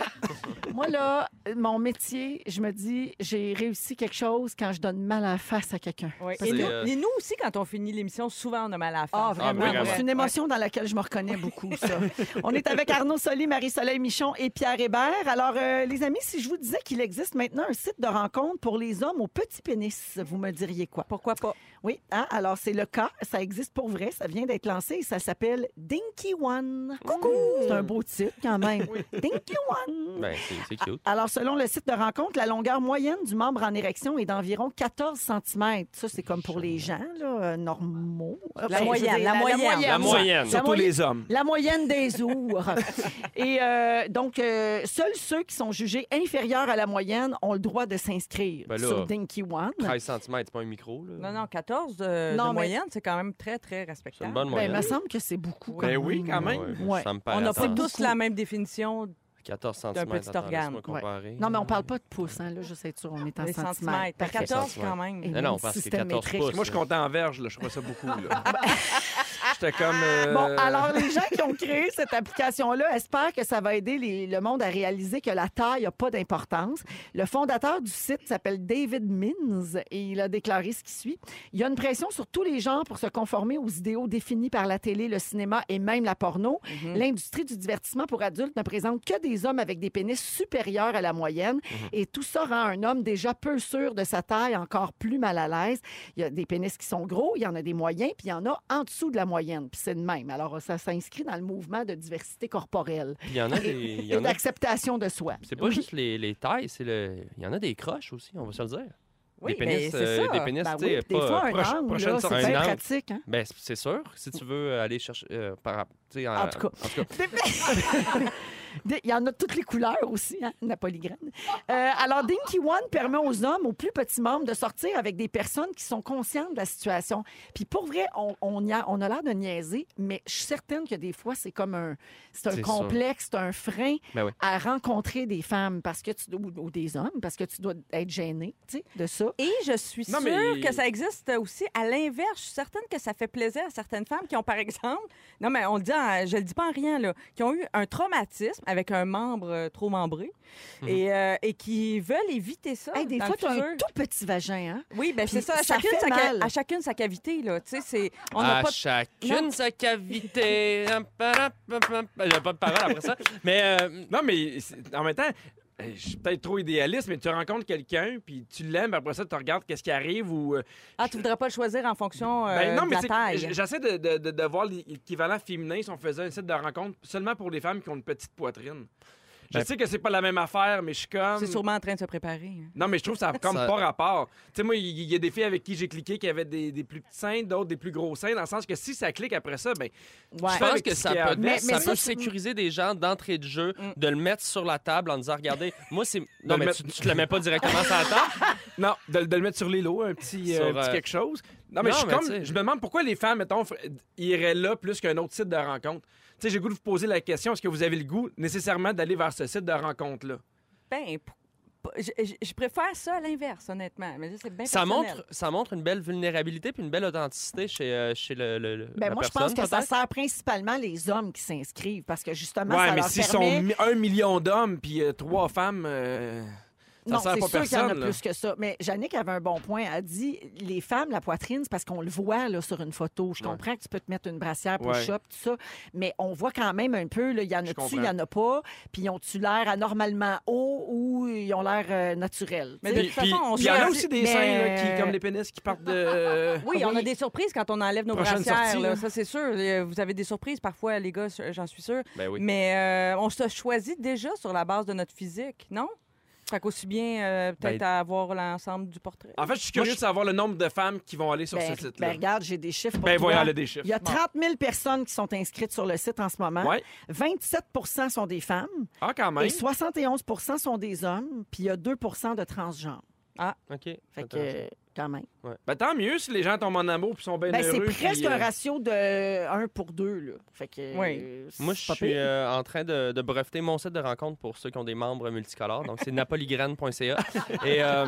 B: Moi, là, mon métier, je me dis J'ai réussi quelque chose quand je donne mal à la face à quelqu'un.
D: Ouais.
B: Parce
D: Et,
B: que-
D: nous,
C: euh,
D: et nous aussi, quand on finit l'émission, souvent on a mal à la face.
B: Ah, vraiment.
C: Ah, vraiment.
B: C'est une émotion dans laquelle je me reconnais beaucoup, ça. On est avec Arnaud Soli, Marie-Soleil Michon et Pierre Hébert. Alors, euh, les amis, si je vous disais qu'il existe maintenant un site de rencontre pour les hommes au petit pénis, vous me diriez quoi?
D: Pourquoi pas?
B: Oui, hein? alors c'est le cas. Ça existe pour vrai. Ça vient d'être lancé et ça s'appelle Dinky One. Coucou! C'est un beau titre quand même. Dinky One.
C: Ben, c'est C'est cute.
B: Alors, selon le site de rencontre, la longueur moyenne du membre en érection est d'environ 14 cm. Ça, c'est comme pour les gens là, euh, normaux. Enfin, je veux
D: moyenne, la moyenne.
C: La moyenne.
B: La
E: Surtout
B: moyenne.
E: les hommes.
B: La moyenne des ours. Et euh, donc, euh, seuls ceux qui sont jugés inférieurs à la moyenne ont le droit de s'inscrire
C: Ben là,
B: sur Dinky One. Ben,
C: 13 cm, c'est pas un micro, là.
D: Non, non, 14 de, de
B: Non, mais-
D: moyenne, c'est quand même très, très
C: C'est une
D: respectable.
C: bonne
B: Ben, il
C: moyenne.
B: me semble que c'est beaucoup.
D: Oui.
B: quand
E: Ben oui,
B: même.
E: quand même.
C: Ouais,
B: Ouais.
C: Ça me
D: On
C: paraît
D: n'a pas
C: attendre.
D: tous la même définition
C: 14 cm.
D: d'un petit organe.
B: Non, mais on parle pas de pouces, hein, là, je sais sûr, on est en
D: des centimètres.
B: Parfait.
D: 14
C: Centimètres.
D: quand même.
C: Non, non, parce que
B: Système
C: 14
B: métrique.
C: pouces.
E: Moi, je compte en verge, là. Je crois ça beaucoup, là. J'étais comme... euh,
B: Bah. Bon, alors les gens qui ont créé cette application-là espèrent que ça va aider les- le monde à réaliser que la taille n'a pas d'importance. Le fondateur du site s'appelle David Mins et il a déclaré ce qui suit. Il y a une pression sur tous les genres pour se conformer aux idéaux définis par la télé, le cinéma et même la porno.
C: Mm.
D: Mhm.
B: L'industrie du divertissement pour adultes ne présente que des hommes avec des pénis supérieurs à la moyenne
C: Mm-hmm.
B: et tout ça rend un homme déjà peu sûr de sa taille encore plus mal à l'aise. Il y a des pénis qui sont gros, il y en a des moyens, puis il y en a en dessous de la moyenne, puis c'est de même. Alors ça s'inscrit dans le mouvement de diversité corporelle
C: Puis il y en a des. il y
B: et
C: en a-
B: d'acceptation de soi.
C: C'est pas juste les, les tailles, c'est le. Il y en a des croches aussi, on va se le dire.
D: Oui,
C: des pénis,
D: ben, c'est
C: euh,
D: ça.
C: des pénis,
B: Ben
C: tu sais,
B: oui, puis des
C: pas,
B: fois, un
E: proche-
B: angle,
E: prochaine
B: là,
E: sortie.
B: c'est bien
C: Un angle.
B: pratique. hein.
C: Ben, c'est- c'est sûr, si tu veux aller chercher. euh, par, tu sais,
B: En tout cas. Des- Il y en a de toutes les couleurs aussi, hein, Napoligrane. Euh, alors, Dinky One permet aux hommes, aux plus petits membres, de sortir avec des personnes qui sont conscientes de la situation. Puis pour vrai, on, on y a, on a l'air de niaiser, mais je suis certaine que des fois, c'est comme un, c'est un
C: C'est
B: complexe, c'est un frein
C: Ben oui.
B: à rencontrer des femmes parce que tu, ou, ou des hommes, parce que tu dois être gêné tu sais, de ça.
D: Et je suis
E: Non,
D: sûre
E: mais-
D: que ça existe aussi à l'inverse. Je suis certaine que ça fait plaisir à certaines femmes qui ont, par exemple, non, mais on le dit, en- je le dis pas en rien, là, qui ont eu un traumatisme avec un membre euh, trop membré
E: Mhm.
D: et, euh, et qui veulent éviter ça.
B: Hey, des
D: Ah, dans
B: fois,
D: le
B: tu as un
D: futur.
B: tout petit vagin. Hein?
D: Oui, ben
B: Puis
D: c'est ça. À
B: ça
D: chacune,
B: fait
D: sa, ca-
B: mal.
D: à chacune sa cavité, là. Tu sais, c'est. On n'a
E: Ah,
C: à
D: pas.
C: chacune sa cavité. Hum, pa, pa, pa, pa. J'ai pas de parole après ça. Mais euh,
E: Non, mais c'est- en même temps, euh, je suis peut-être trop idéaliste, mais tu rencontres quelqu'un, puis tu l'aimes, puis après ça, tu regardes qu'est-ce qui arrive ou... euh,
D: Ah, tu voudrais pas le choisir en fonction euh,
E: Ben non,
D: de
E: mais
D: la
E: c'est-
D: taille.
E: j'essaie de, de- de- de voir l'équivalent féminin si on faisait un site de rencontre seulement pour les femmes qui ont une petite poitrine. Je
C: Ben-
E: sais que c'est pas la même affaire, mais je suis comme...
D: C'est sûrement en train de se préparer. hein.
E: Non, mais je trouve que ça a comme
C: Ça-
E: pas rapport. Tu sais, moi, il il y a des filles avec qui j'ai cliqué qui avaient des, des plus petits seins, d'autres des plus gros seins, dans le sens que si ça clique après ça, ben,
C: je
E: Ouais.
C: pense
E: Avec
C: que
E: ce
C: ça
E: qu'il y a
C: peut,
E: dedans,
C: ça
B: mais ça,
C: peut
B: tu-
C: sécuriser des gens d'entrée de jeu,
D: Mm.
C: de le mettre sur la table en disant Regardez, moi, c'est. Non,
E: le
C: mais
E: mettre-
C: tu, tu te le mets pas directement sur la table.
E: non, de, de le mettre sur les lots, un petit, euh,
C: Sur,
E: un petit
C: euh,
E: quelque chose. Non, mais
C: Non,
E: je suis
C: mais
E: comme,
C: tu sais-
E: je me demande pourquoi les femmes, mettons, f- iraient là plus qu'un autre site de rencontre. Tu sais, j'ai le goût de vous poser la question, est-ce que vous avez le goût nécessairement d'aller vers ce site de rencontre-là?
D: Ben, p- p- je, je- je préfère ça à l'inverse, honnêtement. Mais là, c'est bien
C: Ça
D: personnel.
C: montre, ça montre une belle vulnérabilité puis une belle authenticité chez, euh, chez le, le- le-
B: Ben
C: la
B: moi, je pense
C: personne,
B: que ça
C: peut-être.
B: sert principalement les hommes qui s'inscrivent parce que justement,
E: Ouais,
B: ça
E: mais
B: leur
E: s'ils
B: permet...
E: sont mi- un million d'hommes puis euh, trois femmes, euh, ça
B: non,
E: sert
B: c'est
E: pas
B: sûr qu'il y en a
E: personne. là.
B: plus que ça. Mais Yannick avait un bon point. Elle dit les femmes, la poitrine, c'est parce qu'on le voit là, sur une photo. Je
E: Ouais.
B: comprends que tu peux te mettre une brassière pour
E: Ouais.
B: shop, tout ça. Mais on voit quand même un peu, là, il y en
E: Je
B: a-tu,
E: comprends.
B: il y en a pas. Puis ils ont-tu l'air anormalement haut ou ils ont l'air euh, naturels?
D: Mais de
E: Puis
D: toute
E: puis-
D: façon, on
E: puis il y en a
D: choisit-
E: aussi des
B: mais-
E: seins, là, qui, comme les pénis qui partent de...
D: Oui, on a des surprises quand on enlève nos
E: Prochaine
D: brassières.
E: sortie,
D: là.
E: là.
D: Ça, c'est sûr. Euh, Vous avez des surprises parfois, les gars, euh, j'en suis sûre.
C: Ben oui.
D: Mais euh, on se choisit déjà sur la base de notre physique, non? Fait qu'aussi bien euh, peut-être
C: Ben-
D: à avoir l'ensemble du portrait.
E: En fait, je suis curieux de savoir le nombre de femmes qui vont aller sur
B: Ben,
E: ce
B: ben,
E: site-là.
B: regarde, j'ai des chiffres pour
E: Ben,
B: toi.
E: voyons, elle a des chiffres.
B: Il y a 30 000 personnes qui sont inscrites sur le site en ce moment.
E: Ouais.
B: 27 sont des femmes
E: Ah, quand même.
B: et 71 sont des hommes. Puis il y a 2 de transgenres.
C: OK.
B: Fait que, euh, quand même.
E: Ben, tant mieux si les gens tombent en amour puis sont bien
B: Ben, c'est
E: heureux.
B: presque
E: puis, euh,
B: un ratio de 1 pour 2. Là. Fait que,
D: Oui.
B: euh, c'est
C: Moi, je
B: pas
C: suis
B: pire.
C: euh, en train de, de breveter mon site de rencontre pour ceux qui ont des membres multicolores. Donc, c'est napoligrane.ca. Et euh,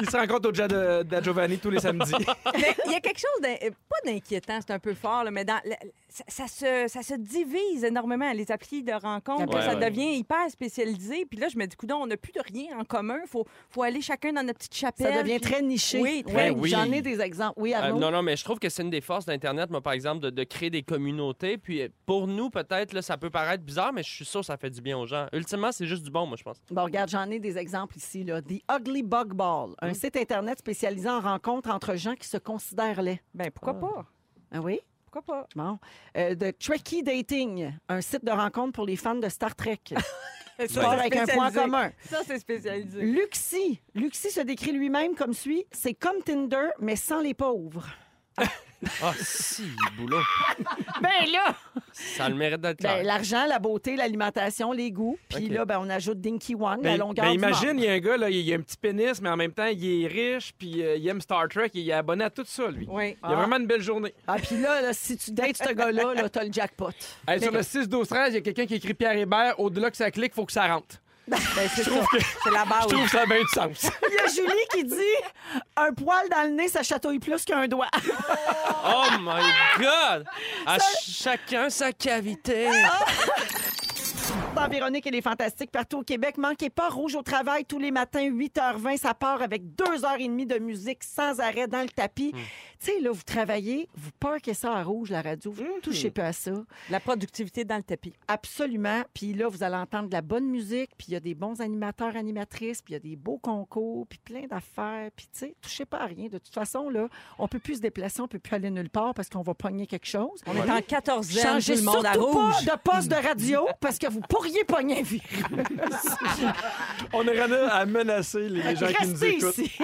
E: Ils se rencontrent au déjà de, de Giovanni tous les samedis.
D: Mais il y a quelque chose, d'in- euh, pas d'inquiétant, c'est un peu fort, là, mais dans, le- ça, ça se, ça se divise énormément. Les applis de rencontre,
C: Ouais,
D: ça
C: ouais.
D: devient hyper spécialisé. Puis là, je me dis, coudon, on n'a plus de rien en commun. faut, faut aller chacun dans notre petite chapelle.
B: Ça devient très niché.
D: Oui,
B: Ouais,
D: très
E: niché.
B: J'en ai des exemples. Oui,
C: Euh,
B: Arnaud?
C: non, non, mais je trouve que c'est une des forces d'Internet, moi, par exemple, de, de créer des communautés. Puis euh, pour nous, peut-être, là, ça peut paraître bizarre, mais je suis sûr que ça fait du bien aux gens. Ultimement, c'est juste du bon, moi, je pense.
B: Bon, regarde, j'en ai des exemples ici. Là. The Ugly Bug Ball, un site Internet spécialisé en rencontres entre gens qui se considèrent laids.
D: Ben, pourquoi pas?
B: Ah oui?
D: Pourquoi pas?
B: Bon. Euh, de Trekkie Dating, un site de rencontre pour les fans de Star Trek. Toujours avec un point
D: spécialisé.
B: commun.
D: Ça, c'est spécialisé.
B: Luxi. Luxi se décrit lui-même comme suit. C'est comme Tinder, mais sans les pauvres.
C: Ah, si, boulot.
B: Ben là!
C: Ça a le mérite d'être
B: Ben,
C: clair.
B: l'argent, la beauté, l'alimentation, les goûts. Puis
C: OK.
B: là, ben, on ajoute Dinky One, la
E: Ben,
B: longueur
E: ben,
B: du membre.
E: imagine, il y a un gars, là, il a un petit pénis, mais en même temps, il est riche, puis euh, il aime Star Trek, et il est abonné à tout ça, lui.
D: Oui.
E: Il a vraiment une belle journée.
B: Ah, puis là, là, si tu dates ce gars-là, là, t'as le jackpot.
E: Hey, sur le 6-12-13, il y a quelqu'un qui écrit Pierre Hébert. Au-delà que ça clique, faut que ça rentre.
D: Ben, c'est ça. C'est la base.
E: Je trouve ça a bien du sens.
B: Il y a Julie qui dit un poil dans le nez, ça chatouille plus qu'un doigt.
C: Oh my God! À ch- chacun sa cavité.
B: Ah! Dans Véronique et les Fantastiques partout au Québec, manquez pas Rouge au travail tous les matins, 8h20. Ça part avec 2h30 de musique sans arrêt dans le tapis.
E: Hmm.
B: Tu sais, là, vous travaillez, vous parquez ça à Rouge, la radio, vous
E: Hmm.
B: touchez pas à ça.
D: La productivité dans le tapis.
B: Absolument. Puis là, vous allez entendre de la bonne musique, puis il y a des bons animateurs, animatrices, puis il y a des beaux concours, puis plein d'affaires. Puis tu sais, touchez pas à rien. De toute façon, là, on peut plus se déplacer, on peut plus aller nulle part parce qu'on va pogner quelque chose.
D: On est en 14 ans.
B: Changez
D: Tout le monde à
B: surtout pas
D: rouge.
B: de poste de radio parce que vous pourriez pogner un virus.
E: On est rendu à menacer les gens qui nous
B: Restez
E: écoutent.
B: ici.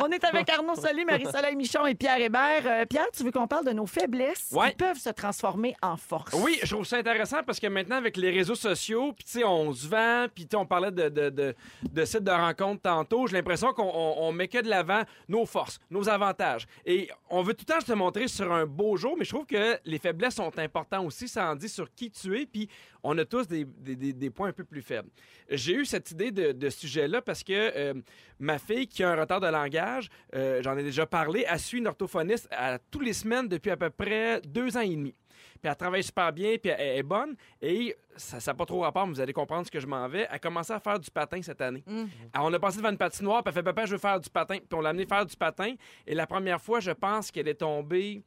B: On est avec Arnaud Solé, Marie-Soleil Michon et Pierre Hébert. Euh, Pierre, tu veux qu'on parle de nos faiblesses
E: Ouais.
B: qui peuvent se transformer en force?
E: Oui, je trouve ça intéressant parce que maintenant, avec les réseaux sociaux, puis tu sais, on se vend, puis tu sais, on parlait de, de, de, de sites de rencontres tantôt, j'ai l'impression qu'on on- on met que de l'avant nos forces, nos avantages. Et on veut tout le temps se montrer sur un beau jour, mais je trouve que les faiblesses sont importantes aussi. Ça en dit sur qui tu es, puis on a tous des, des- des- des points un peu plus faibles. J'ai eu cette idée de, de ce sujet-là parce que euh, ma fille, qui a un retard de langage, euh, j'en ai déjà parlé, elle suit une orthophoniste à, tous les semaines depuis à peu près deux ans et demi puis elle travaille super bien, puis elle, elle est bonne. Et ça n'a pas trop rapport, mais vous allez comprendre ce que je m'en vais. Elle a commencé à faire du patin cette année. Alors, on a passé devant une patinoire, puis elle fait Papa, je veux faire du patin. Puis on l'a amenée faire du patin. Et la première fois, je pense qu'elle est tombée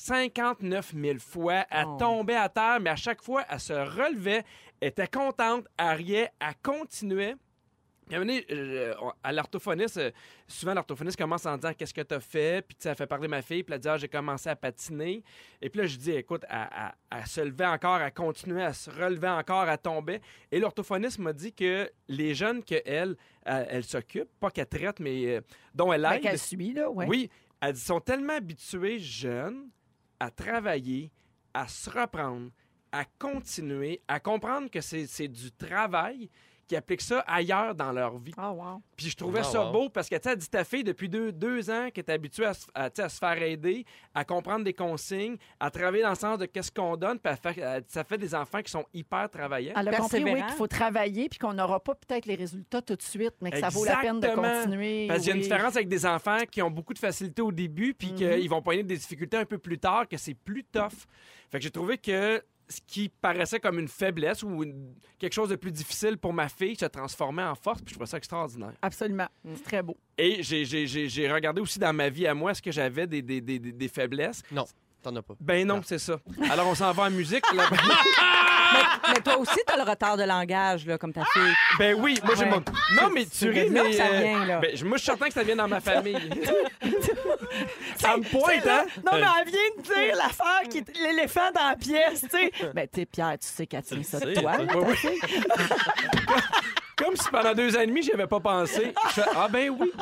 E: 59 000 fois. Elle
D: Oh.
E: tombait à terre, mais à chaque fois, elle se relevait, était contente, elle riait, elle continuait. Puis à un moment donné, euh, on- à l'orthophoniste, euh, souvent l'orthophoniste commence en disant qu'est-ce que t'as fait, puis tu sais, elle fait parler ma fille, puis elle dit ah, j'ai commencé à patiner. Et puis là, je dis écoute, à, à- à se lever encore, à continuer, à se relever encore, à tomber. Et l'orthophoniste m'a dit que les jeunes qu'elle elle, euh, elle s'occupe, pas qu'elle traite, mais euh, dont elle
B: Ben,
E: aide,
B: qu'elle suit, là, ouais.
E: oui, elle dit, sont tellement habitués jeunes à travailler, à se reprendre, à continuer, à comprendre que c'est c'est du travail qui applique ça ailleurs dans leur vie.
B: Ah, wow.
E: Puis je trouvais
C: Ah,
E: ça
C: wow.
E: beau parce que, tu sais, elle dit ta fille, depuis deux, deux ans, que est habituée à, se- à, tu sais, à se faire aider, à comprendre des consignes, à travailler dans le sens de qu'est-ce qu'on donne, puis elle fait- elle dit, ça fait des enfants qui sont hyper travaillants.
B: Elle a compris, oui,
D: Persévérant.
B: qu'il faut travailler puis qu'on n'aura pas peut-être les résultats tout de suite, mais que ça vaut la peine de
E: Exactement.
B: continuer.
E: Parce qu'il y a une
B: oui.
E: différence avec des enfants qui ont beaucoup de facilité au début, puis qu'ils vont poigner des difficultés un peu plus tard, que c'est plus tough. Fait que j'ai trouvé que ce qui paraissait comme une faiblesse ou une- quelque chose de plus difficile pour ma fille se transformait en force, puis je trouvais ça extraordinaire.
B: Absolument. C'est très beau.
E: Et j'ai- j'ai j'ai- j'ai regardé aussi dans ma vie à moi, est-ce que j'avais des, des- des- des- des faiblesses?
C: T'en as pas.
E: Ben non,
C: Non.
E: c'est ça. Alors on s'en va en musique. La-
D: Mais, mais toi aussi, t'as le retard de langage, là, comme ta fille.
E: ben oui, moi j'ai
D: Ouais.
E: mon... Non, mais tu
D: C'est
E: ris,
D: de là
E: mais...
D: que ça
E: euh,
D: vient, là.
E: ben, je- moi, je suis certain que ça vient dans ma famille. ça me pointe, hein? Mm.
B: Non, mais elle vient de dire l'affaire qui est l'éléphant dans la pièce, tu sais. Mais Ben, tu sais, Pierre, tu sais qu'elle tient ça de
C: sais,
B: toi, là,
E: Oui,
B: ta
E: oui.
B: fille.
E: Comme si pendant deux ans et demi, j'y avais pas pensé. Je fais, ah ben oui,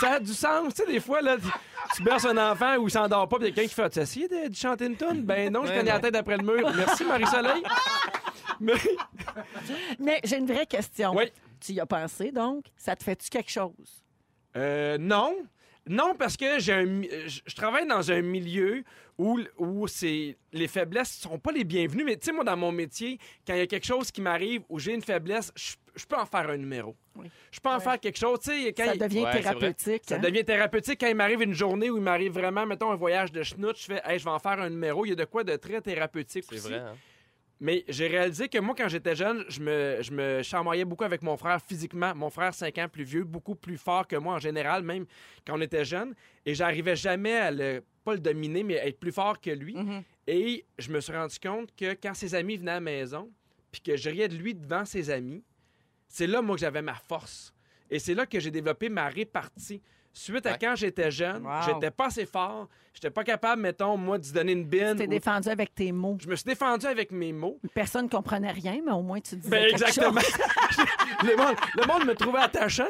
E: ça a du sens. Tu sais, des fois, là, tu, tu berces un enfant ou il s'endort pas, puis il y a quelqu'un qui fait, tu as essayé de, de chanter une tune? Ben non, je
C: Ouais,
E: connais la
C: non.
E: tête après le mur. Merci, Marie-Soleil. Mais-
B: Mais j'ai une vraie question.
E: Oui.
B: Tu y as pensé, donc? Ça te fait-tu quelque chose?
E: Euh, non. Non, parce que j'ai un mi- je je travaille dans un milieu où, où c'est, les faiblesses sont pas les bienvenues. Mais tu sais, moi, dans mon métier, quand il y a quelque chose qui m'arrive où j'ai une faiblesse, je, je peux en faire un numéro.
B: Oui.
E: Je peux en faire quelque chose. Tu sais, quand
B: Ça
E: il-
B: devient
C: Ouais, c'est vrai.
B: thérapeutique.
E: Ça
B: hein?
E: devient thérapeutique quand il m'arrive une journée où il m'arrive vraiment, mettons, un voyage de schnout, je fais, hey, je vais en faire un numéro. Il y a de quoi de très thérapeutique
C: C'est
E: aussi.
C: vrai. hein.
E: Mais j'ai réalisé que moi, quand j'étais jeune, je me, je me chamoyais beaucoup avec mon frère physiquement. Mon frère, 5 ans plus vieux, beaucoup plus fort que moi en général, même quand on était jeune. Et j'arrivais jamais à le, pas le dominer, mais à être plus fort que lui.
D: Mhm.
E: Et je me suis rendu compte que quand ses amis venaient à la maison, puis que je riais de lui devant ses amis, c'est là, moi, que j'avais ma force. Et c'est là que j'ai développé ma répartie. Suite à
C: Ouais.
E: quand j'étais jeune,
D: Wow.
E: j'étais pas assez fort, j'étais pas capable, mettons, moi, de se donner une bine.
B: T'es
E: ou-
B: défendu avec tes mots.
E: Je me suis défendu avec mes mots.
B: Personne ne comprenait rien, mais au moins tu disais.
E: Ben
B: quelque
E: exactement.
B: chose.
E: le, monde, le monde me trouvait attachant.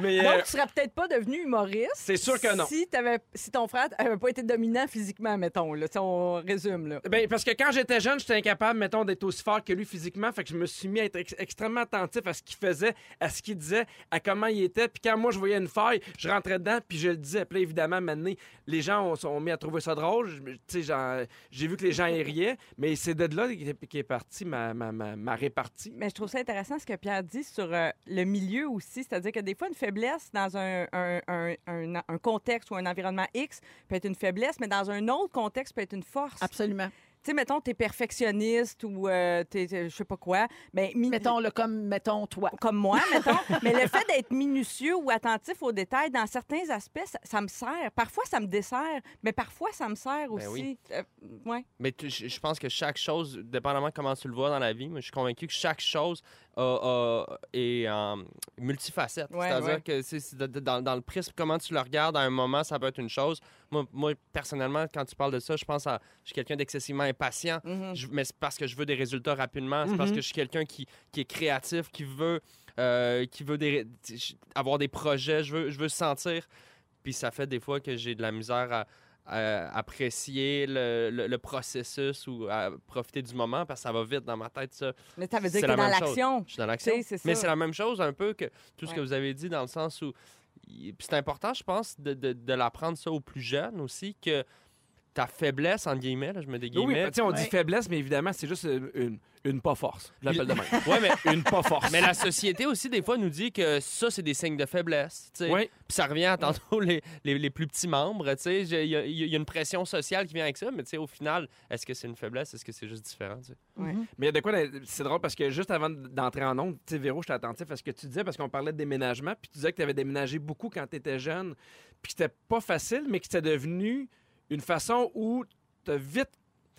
E: Mais euh,
D: Donc, tu serais peut-être pas devenu humoriste.
E: C'est sûr que non.
D: Si, t'avais- si ton frère avait pas été dominant physiquement, mettons, là, si on résume. Là.
E: ben, parce que quand j'étais jeune, j'étais incapable, mettons, d'être aussi fort que lui physiquement. Fait que je me suis mis à être ex- extrêmement attentif à ce qu'il faisait, à ce qu'il disait, à comment il était. Puis quand moi, je voyais une faille, je rentrais dedans, puis je le disais. Puis là, évidemment, maintenant, les gens ont, sont mis à trouver ça drôle. Je- Tu sais, j'en- j'ai vu que les gens y riaient. Mais c'est de là qu'est qu'est partie ma, ma, ma, ma répartie.
D: Mais je trouve ça intéressant ce que Pierre dit sur euh, le milieu aussi. C'est-à-dire que des fois, une faiblesse dans un, un- un- un- un contexte ou un environnement X peut être une faiblesse, mais dans un autre contexte peut être une force. Tu
B: Absolument.
D: sais, mettons, t'es perfectionniste ou euh, t'es, t'es- je sais pas quoi. Ben, mi-
B: Mettons-le comme, mettons, toi.
D: comme moi, mettons. Mais le fait d'être minutieux ou attentif aux détails, dans certains aspects, ça, ça me sert. Parfois, ça me dessert, mais parfois, ça me sert aussi.
C: oui.
D: Euh, ouais.
C: Mais tu- je je pense que chaque chose, dépendamment de comment tu le vois dans la vie, moi, je suis convaincu que chaque chose a- a- est en multifacette.
D: Ouais,
C: C'est-à-dire
D: ouais.
C: que c'est- c'est de- de- dans, dans le prisme, comment tu le regardes à un moment, ça peut être une chose. Moi, moi, personnellement, quand tu parles de ça, je pense à. Je suis quelqu'un d'excessivement impatient.
D: Mhm.
C: Je- mais c'est parce que je veux des résultats rapidement. C'est parce que je suis quelqu'un qui, qui est créatif, qui veut, euh, qui veut des, je- avoir des projets. Je veux, je veux sentir. Puis ça fait des fois que j'ai de la misère à, à apprécier le, le- le processus ou à profiter du moment parce que ça va vite dans ma tête, ça.
D: Mais ça veut dire
C: C'est
D: que
C: la
D: t'es dans
C: même chose.
D: l'action.
C: Je suis dans l'action.
D: Tu sais, c'est
C: Mais
D: ça.
C: c'est la même chose un peu que tout ce
D: Ouais.
C: que vous avez dit dans le sens où y- puis c'est important, je pense, de, de, de l'apprendre ça aux plus jeunes aussi, que ta faiblesse, entre guillemets, là, je me déguise.
E: Oui, mais, tu sais, on dit
B: Ouais.
E: faiblesse, mais évidemment, c'est juste euh, une, une pas force. Je l'appelle de même.
C: Ouais, mais
E: Une pas force.
C: Mais la société aussi, des fois, nous dit que ça, c'est des signes de faiblesse. tu sais.
E: Oui.
C: Puis ça revient à tantôt les, les, les plus petits membres. tu sais. J'ai- Il y, a- il y a une pression sociale qui vient avec ça, mais tu sais, au final, est-ce que c'est une faiblesse? Est-ce que c'est juste différent? tu sais?
E: Mais il y a de quoi, dans- c'est drôle parce que juste avant d'entrer en ondes, tu sais, Véro, j'étais attentif à ce que tu disais parce qu'on parlait de déménagement, puis tu disais que tu avais déménagé beaucoup quand tu étais jeune, puis que c'était pas facile, mais que c'était devenu une façon où tu as vite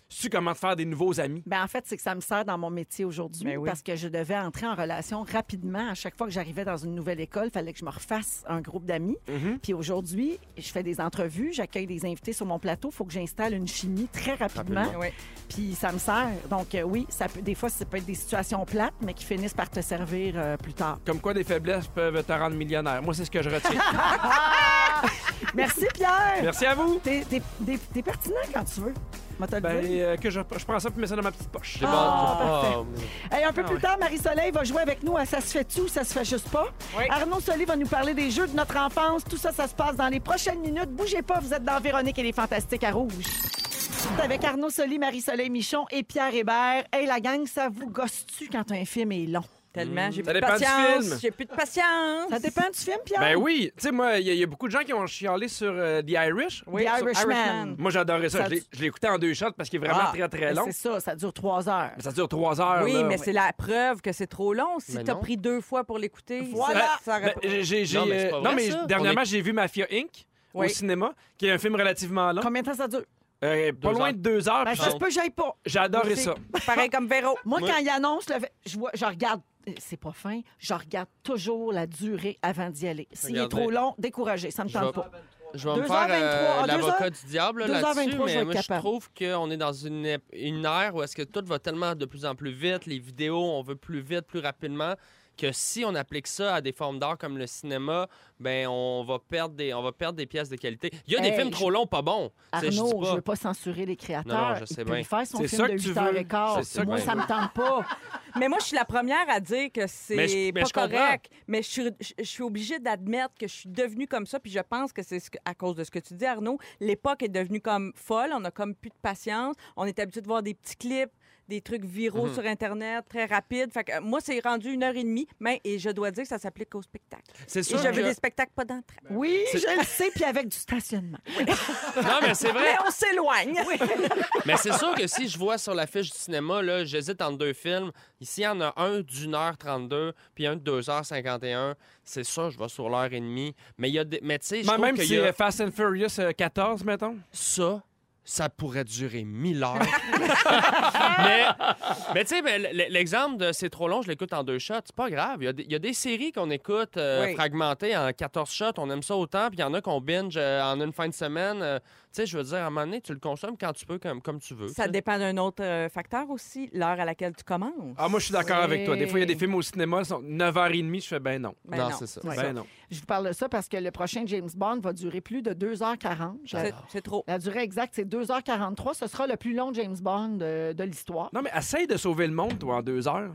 E: su comment te faire des nouveaux amis.
B: Ben en fait, c'est que ça me sert dans mon métier aujourd'hui
D: Ben oui.
B: parce que je devais entrer en relation rapidement. À chaque fois que j'arrivais dans une nouvelle école, il fallait que je me refasse un groupe d'amis. Puis aujourd'hui, je fais des entrevues, j'accueille des invités sur mon plateau. Il faut que j'installe une chimie très rapidement.
C: Rapidement.
D: Ouais.
B: Puis ça me sert. Donc euh, oui, ça peut, des fois, ça peut être des situations plates, mais qui finissent par te servir euh, plus tard.
E: Comme quoi des faiblesses peuvent te rendre millionnaire. Moi, c'est ce que je retiens.
B: Merci, Pierre!
E: Merci à vous.
B: T'es- T'es t'es- t'es pertinent quand tu veux. Moi, te le
E: Ben,
B: dire.
E: euh, que je, je prends ça puis mets ça dans ma petite poche.
C: J'ai
B: Ah,
C: pas- j'ai-
B: parfait.
C: oh, mais-
B: Hey, un peu
D: Ah
B: plus tard, Marie-Soleil va jouer avec nous à Ça se fait-tu ou ça se fait juste pas. Arnaud Solé va nous parler des jeux de notre enfance. Tout ça, ça se passe dans les prochaines minutes. Bougez pas, vous êtes dans Véronique et les Fantastiques à Rouge. Avec Arnaud Solé, Marie-Soleil Michon et Pierre Hébert. Hey, la gang, ça vous gosse-tu quand un film est long?
D: Tellement, j'ai
E: Ça
D: plus de
E: dépend du
D: patience.
E: film.
D: J'ai plus de patience.
B: Ça dépend du film, Pierre?
E: Ben oui, tu sais, moi, il y, a- il y a beaucoup de gens qui ont chialé sur euh, The Irish.
D: Oui,
B: The
D: sur
B: Irishman.
E: Moi, j'adorais ça.
B: Ça-
E: Je l'ai- je l'ai écouté en deux shots parce qu'il est vraiment
B: Ah,
E: très, très long.
B: C'est ça, ça dure trois heures.
E: Mais ça dure trois heures.
D: Oui,
E: Ah, là.
D: mais c'est la preuve que c'est trop long. Si
C: Mais
D: t'as
C: non.
D: pris deux fois pour l'écouter,
B: Voilà.
D: ça, ça aurait
E: Ben,
D: pas-
E: j'ai- j'ai- j'ai,
C: Non, mais c'est
E: euh,
C: pas
E: non,
C: vrai,
E: mais
C: ça.
E: dernièrement,
C: On est-
E: j'ai vu Mafia Inc. au
D: Oui.
E: cinéma, qui est un film relativement long.
B: Combien de temps ça dure?
E: Euh, pas
C: Deux
E: loin
C: heures.
E: de deux heures.
B: Ben,
E: puis
B: ça se
E: j'ai-
B: peut, que j'aille pas.
E: J'ai adoré
D: Aussi.
E: ça.
D: Pareil comme Véro.
B: Moi,
C: Moi-
B: quand il annonce le fait- je, vois, je regarde, euh, c'est pas fin, je regarde toujours la durée avant d'y aller. S'il est
C: Regardez.
B: trop long, découragé, ça me
C: Je
B: tente
C: vais-
B: pas.
C: Je vais me
B: 2h23,
C: faire euh,
B: ah, 2h-
C: l'avocat du diable
B: 2h23,
C: là-dessus,
B: je vais
C: mais
B: être
C: moi, je
B: capable.
C: trouve qu'on est dans une, ép- une ère où est-ce que tout va tellement de plus en plus vite, les vidéos, on veut plus vite, plus rapidement, que si on applique ça à des formes d'art comme le cinéma, ben on va perdre des, on va perdre des pièces de qualité. Il y a
B: Hey,
C: des films
B: je-
C: trop longs, pas bons. C'est- je dis
B: Arnaud, je
C: pas.
B: veux pas censurer les créateurs.
C: Non, non, je sais
B: Il peut
C: bien.
B: y faire son
E: C'est
B: film
E: ça
B: de
E: que tu
B: 8 heures
E: veux.
B: et quart.
E: C'est ça que
B: Moi,
E: tu
B: ça
E: veux.
B: me tente pas.
D: Mais moi, je suis la première à dire que
C: Mais je-
D: c'est
C: mais
D: pas
C: je comprends.
D: correct. Mais je suis, je- je suis obligée d'admettre que je suis devenue comme ça. Puis je pense que c'est ce que- à cause de ce que tu dis, Arnaud. L'époque est devenue comme folle. On a comme plus de patience. On est habitué de voir des petits clips, des trucs viraux
C: Mhm.
D: sur Internet, très rapides. Fait que euh, moi, c'est rendu une heure et demie. Mais et je dois dire que ça s'applique au spectacle.
C: C'est
D: Et
C: sûr
D: j'avais
C: que-
D: des spectacles pas d'entrée.
B: Oui, je le sais, puis avec du stationnement.
C: Non, mais c'est vrai.
D: Mais on s'éloigne.
C: Mais c'est sûr que si je vois sur l'affiche du cinéma, là, j'hésite entre deux films. Ici, il y en a un d'une heure 32 puis un de 2h51. C'est sûr, je vais sur l'heure et demie. Mais il y a des. Mais tu sais, je
E: Moi,
C: trouve
E: Même
C: qu'il
E: si
C: y a
E: euh, Fast and Furious euh, 14, mettons.
C: ça. ça pourrait durer mille heures. mais mais tu sais, ben, l- l'exemple de C'est trop long, je l'écoute en deux shots, c'est pas grave. Il y a des- il y, a des séries qu'on écoute euh,
D: Oui.
C: fragmentées en 14 shots, on aime ça autant, puis il y en a qu'on binge euh, en une fin de semaine. Euh, tu sais, je veux dire, à un moment donné, tu le consommes quand tu peux, comme, comme tu veux.
D: Ça
C: tu sais.
D: dépend d'un autre euh, facteur aussi, l'heure à laquelle tu commences.
E: Ah, moi, je suis d'accord avec toi. Des fois, il y a des films au cinéma, ils sont 9h30, je fais ben non.
D: Ben
C: non,
D: non.
C: c'est ça.
B: Ouais.
E: Ben non.
B: Je vous parle de ça parce que le prochain James Bond va durer plus de 2h40. Je-
D: C'est- C'est trop.
B: La durée exacte, c'est 2h43. Ce sera le plus long James Bond euh, de, l'histoire.
E: Non, mais essaye de sauver le monde, toi, en deux heures.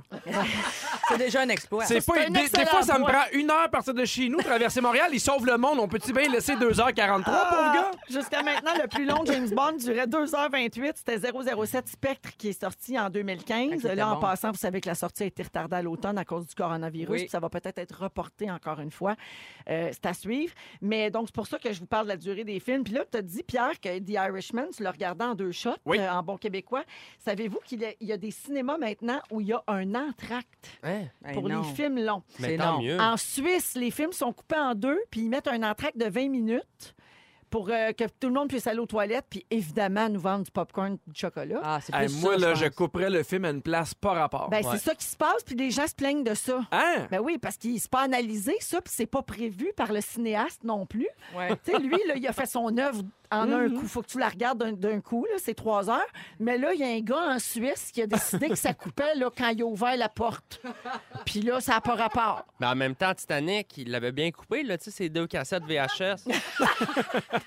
D: C'est déjà un exploit.
E: c'est pas.
B: c'est un
E: Des, des
B: excellent
E: fois, ça me
B: point.
E: prend une heure à partir de chez nous, traverser Montréal. Ils sauvent le monde. On peut-tu bien laisser 2h43,
D: Ah.
B: Ah!
E: pauvre gars?
B: Jusqu'à maintenant, le plus long James Bond durait 2h28. C'était 007 Spectre qui est sorti en 2015.
D: C'était
B: Là, en
D: bon.
B: passant, vous savez que la sortie a été retardée à l'automne à cause du coronavirus.
D: Oui.
B: puis Ça va peut-être être reporté encore une fois. Euh, c'est à suivre. Mais donc, c'est pour ça que je vous parle de la durée des films. Puis là, tu as dit, Pierre, que The Irishman, tu le regardais en deux shots,
E: Oui.
B: euh, en bon québécois. Savez-vous qu'il y a- il y a des cinémas maintenant où il y a un entracte
C: Hein?
D: Ben
B: pour
D: non.
B: les films longs?
C: Mais
D: C'est
C: tant
D: non.
C: mieux.
B: En Suisse, les films sont coupés en deux, puis ils mettent un entracte de 20 minutes pour euh, que tout le monde puisse aller aux toilettes, puis évidemment nous vendre du popcorn, du chocolat.
D: Ah, c'est
E: Hey,
D: plus
E: moi,
D: ça,
E: là,
D: je
E: je
D: pense.
E: couperais le film à une place par rapport.
B: Ben,
C: ouais.
B: C'est ça qui se passe, puis les gens se plaignent de ça.
E: Hein?
B: Ben oui, parce qu'il c'est pas analysé, ça, puis c'est pas prévu par le cinéaste non plus.
D: Ouais.
B: Tu sais, lui, là, il a fait son œuvre en un coup. Faut que tu la regardes d'un- d'un coup, là, c'est trois heures. Mais là, il y a un gars en Suisse qui a décidé que ça coupait là, quand il a ouvert la porte. Puis là, ça n'a pas rapport.
C: Mais en même temps, Titanic, il l'avait bien coupé, là, tu sais, ces deux cassettes VHS.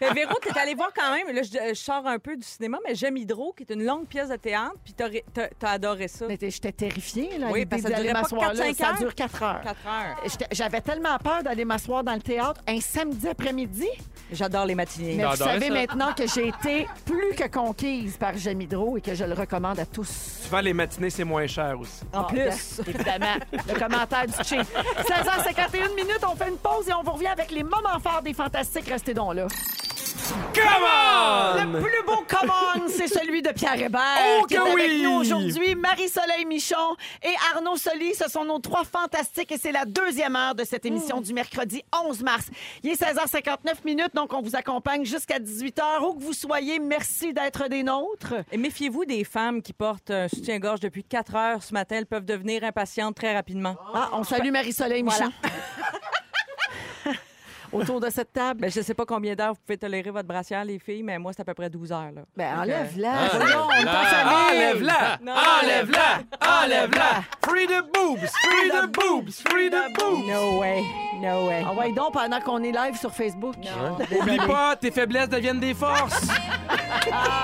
D: Mais Véro, t'es allé voir quand même. Là, je, je sors un peu du cinéma, mais J'aime Hydro, qui est une longue pièce de théâtre, puis t'as ré- t'as t'as adoré ça.
B: Mais t'es- J'étais terrifiée, là.
D: Oui,
B: l'idée
D: parce que ça
B: d'aller
D: durait pas
B: m'asseoir
D: quatre,
B: là.
D: cinq
B: Ça
D: heures.
B: dure 4 heures.
D: Quatre heures.
B: J'étais- J'avais tellement peur d'aller m'asseoir dans le théâtre un samedi après-midi.
D: J'adore les matinées.
B: Mais vous
C: J'adorais
B: savez
C: ça.
B: maintenant que j'ai été plus que conquise par Jamidro et que je le recommande à tous.
E: Souvent, les matinées, c'est moins cher aussi.
D: En
B: Ah,
D: plus.
B: bien, évidemment, le commentaire du Che. 16h51 minutes, on fait une pause et on vous revient avec les moments forts des fantastiques. Restez donc là.
E: Come
B: Le
E: on!
B: plus beau commande, c'est celui de Pierre Hébert.
E: Oh
B: qui est
E: que
B: avec
E: oui!
B: nous aujourd'hui. Marie-Soleil Michon et Arnaud Soli, ce sont nos trois fantastiques et c'est la deuxième heure de cette émission du mercredi 11 mars. Il est 16h59 minutes, donc on vous accompagne jusqu'à 18h. Où que vous soyez, merci d'être des nôtres.
D: Et méfiez-vous des femmes qui portent un soutien-gorge depuis 4 heures ce matin. Elles peuvent devenir impatientes très rapidement.
B: Ah, on salue Marie-Soleil Michon. Autour de cette table.
D: Ben, je sais pas combien d'heures vous pouvez tolérer votre brassière, les filles, mais moi, c'est à peu près 12 heures. Là.
B: Ben, enlève-la.
C: Ah,
B: Voyons, on est en
C: enlève-la.
E: ah!
B: famille.
E: Enlève-la!
D: Non.
E: Enlève-la! Enlève-la! Free the boobs! Free the boobs! Free the boobs!
D: No way. No way.
B: Ah ouais, donc, pendant qu'on est live sur Facebook.
E: Oublie pas, tes faiblesses deviennent des forces!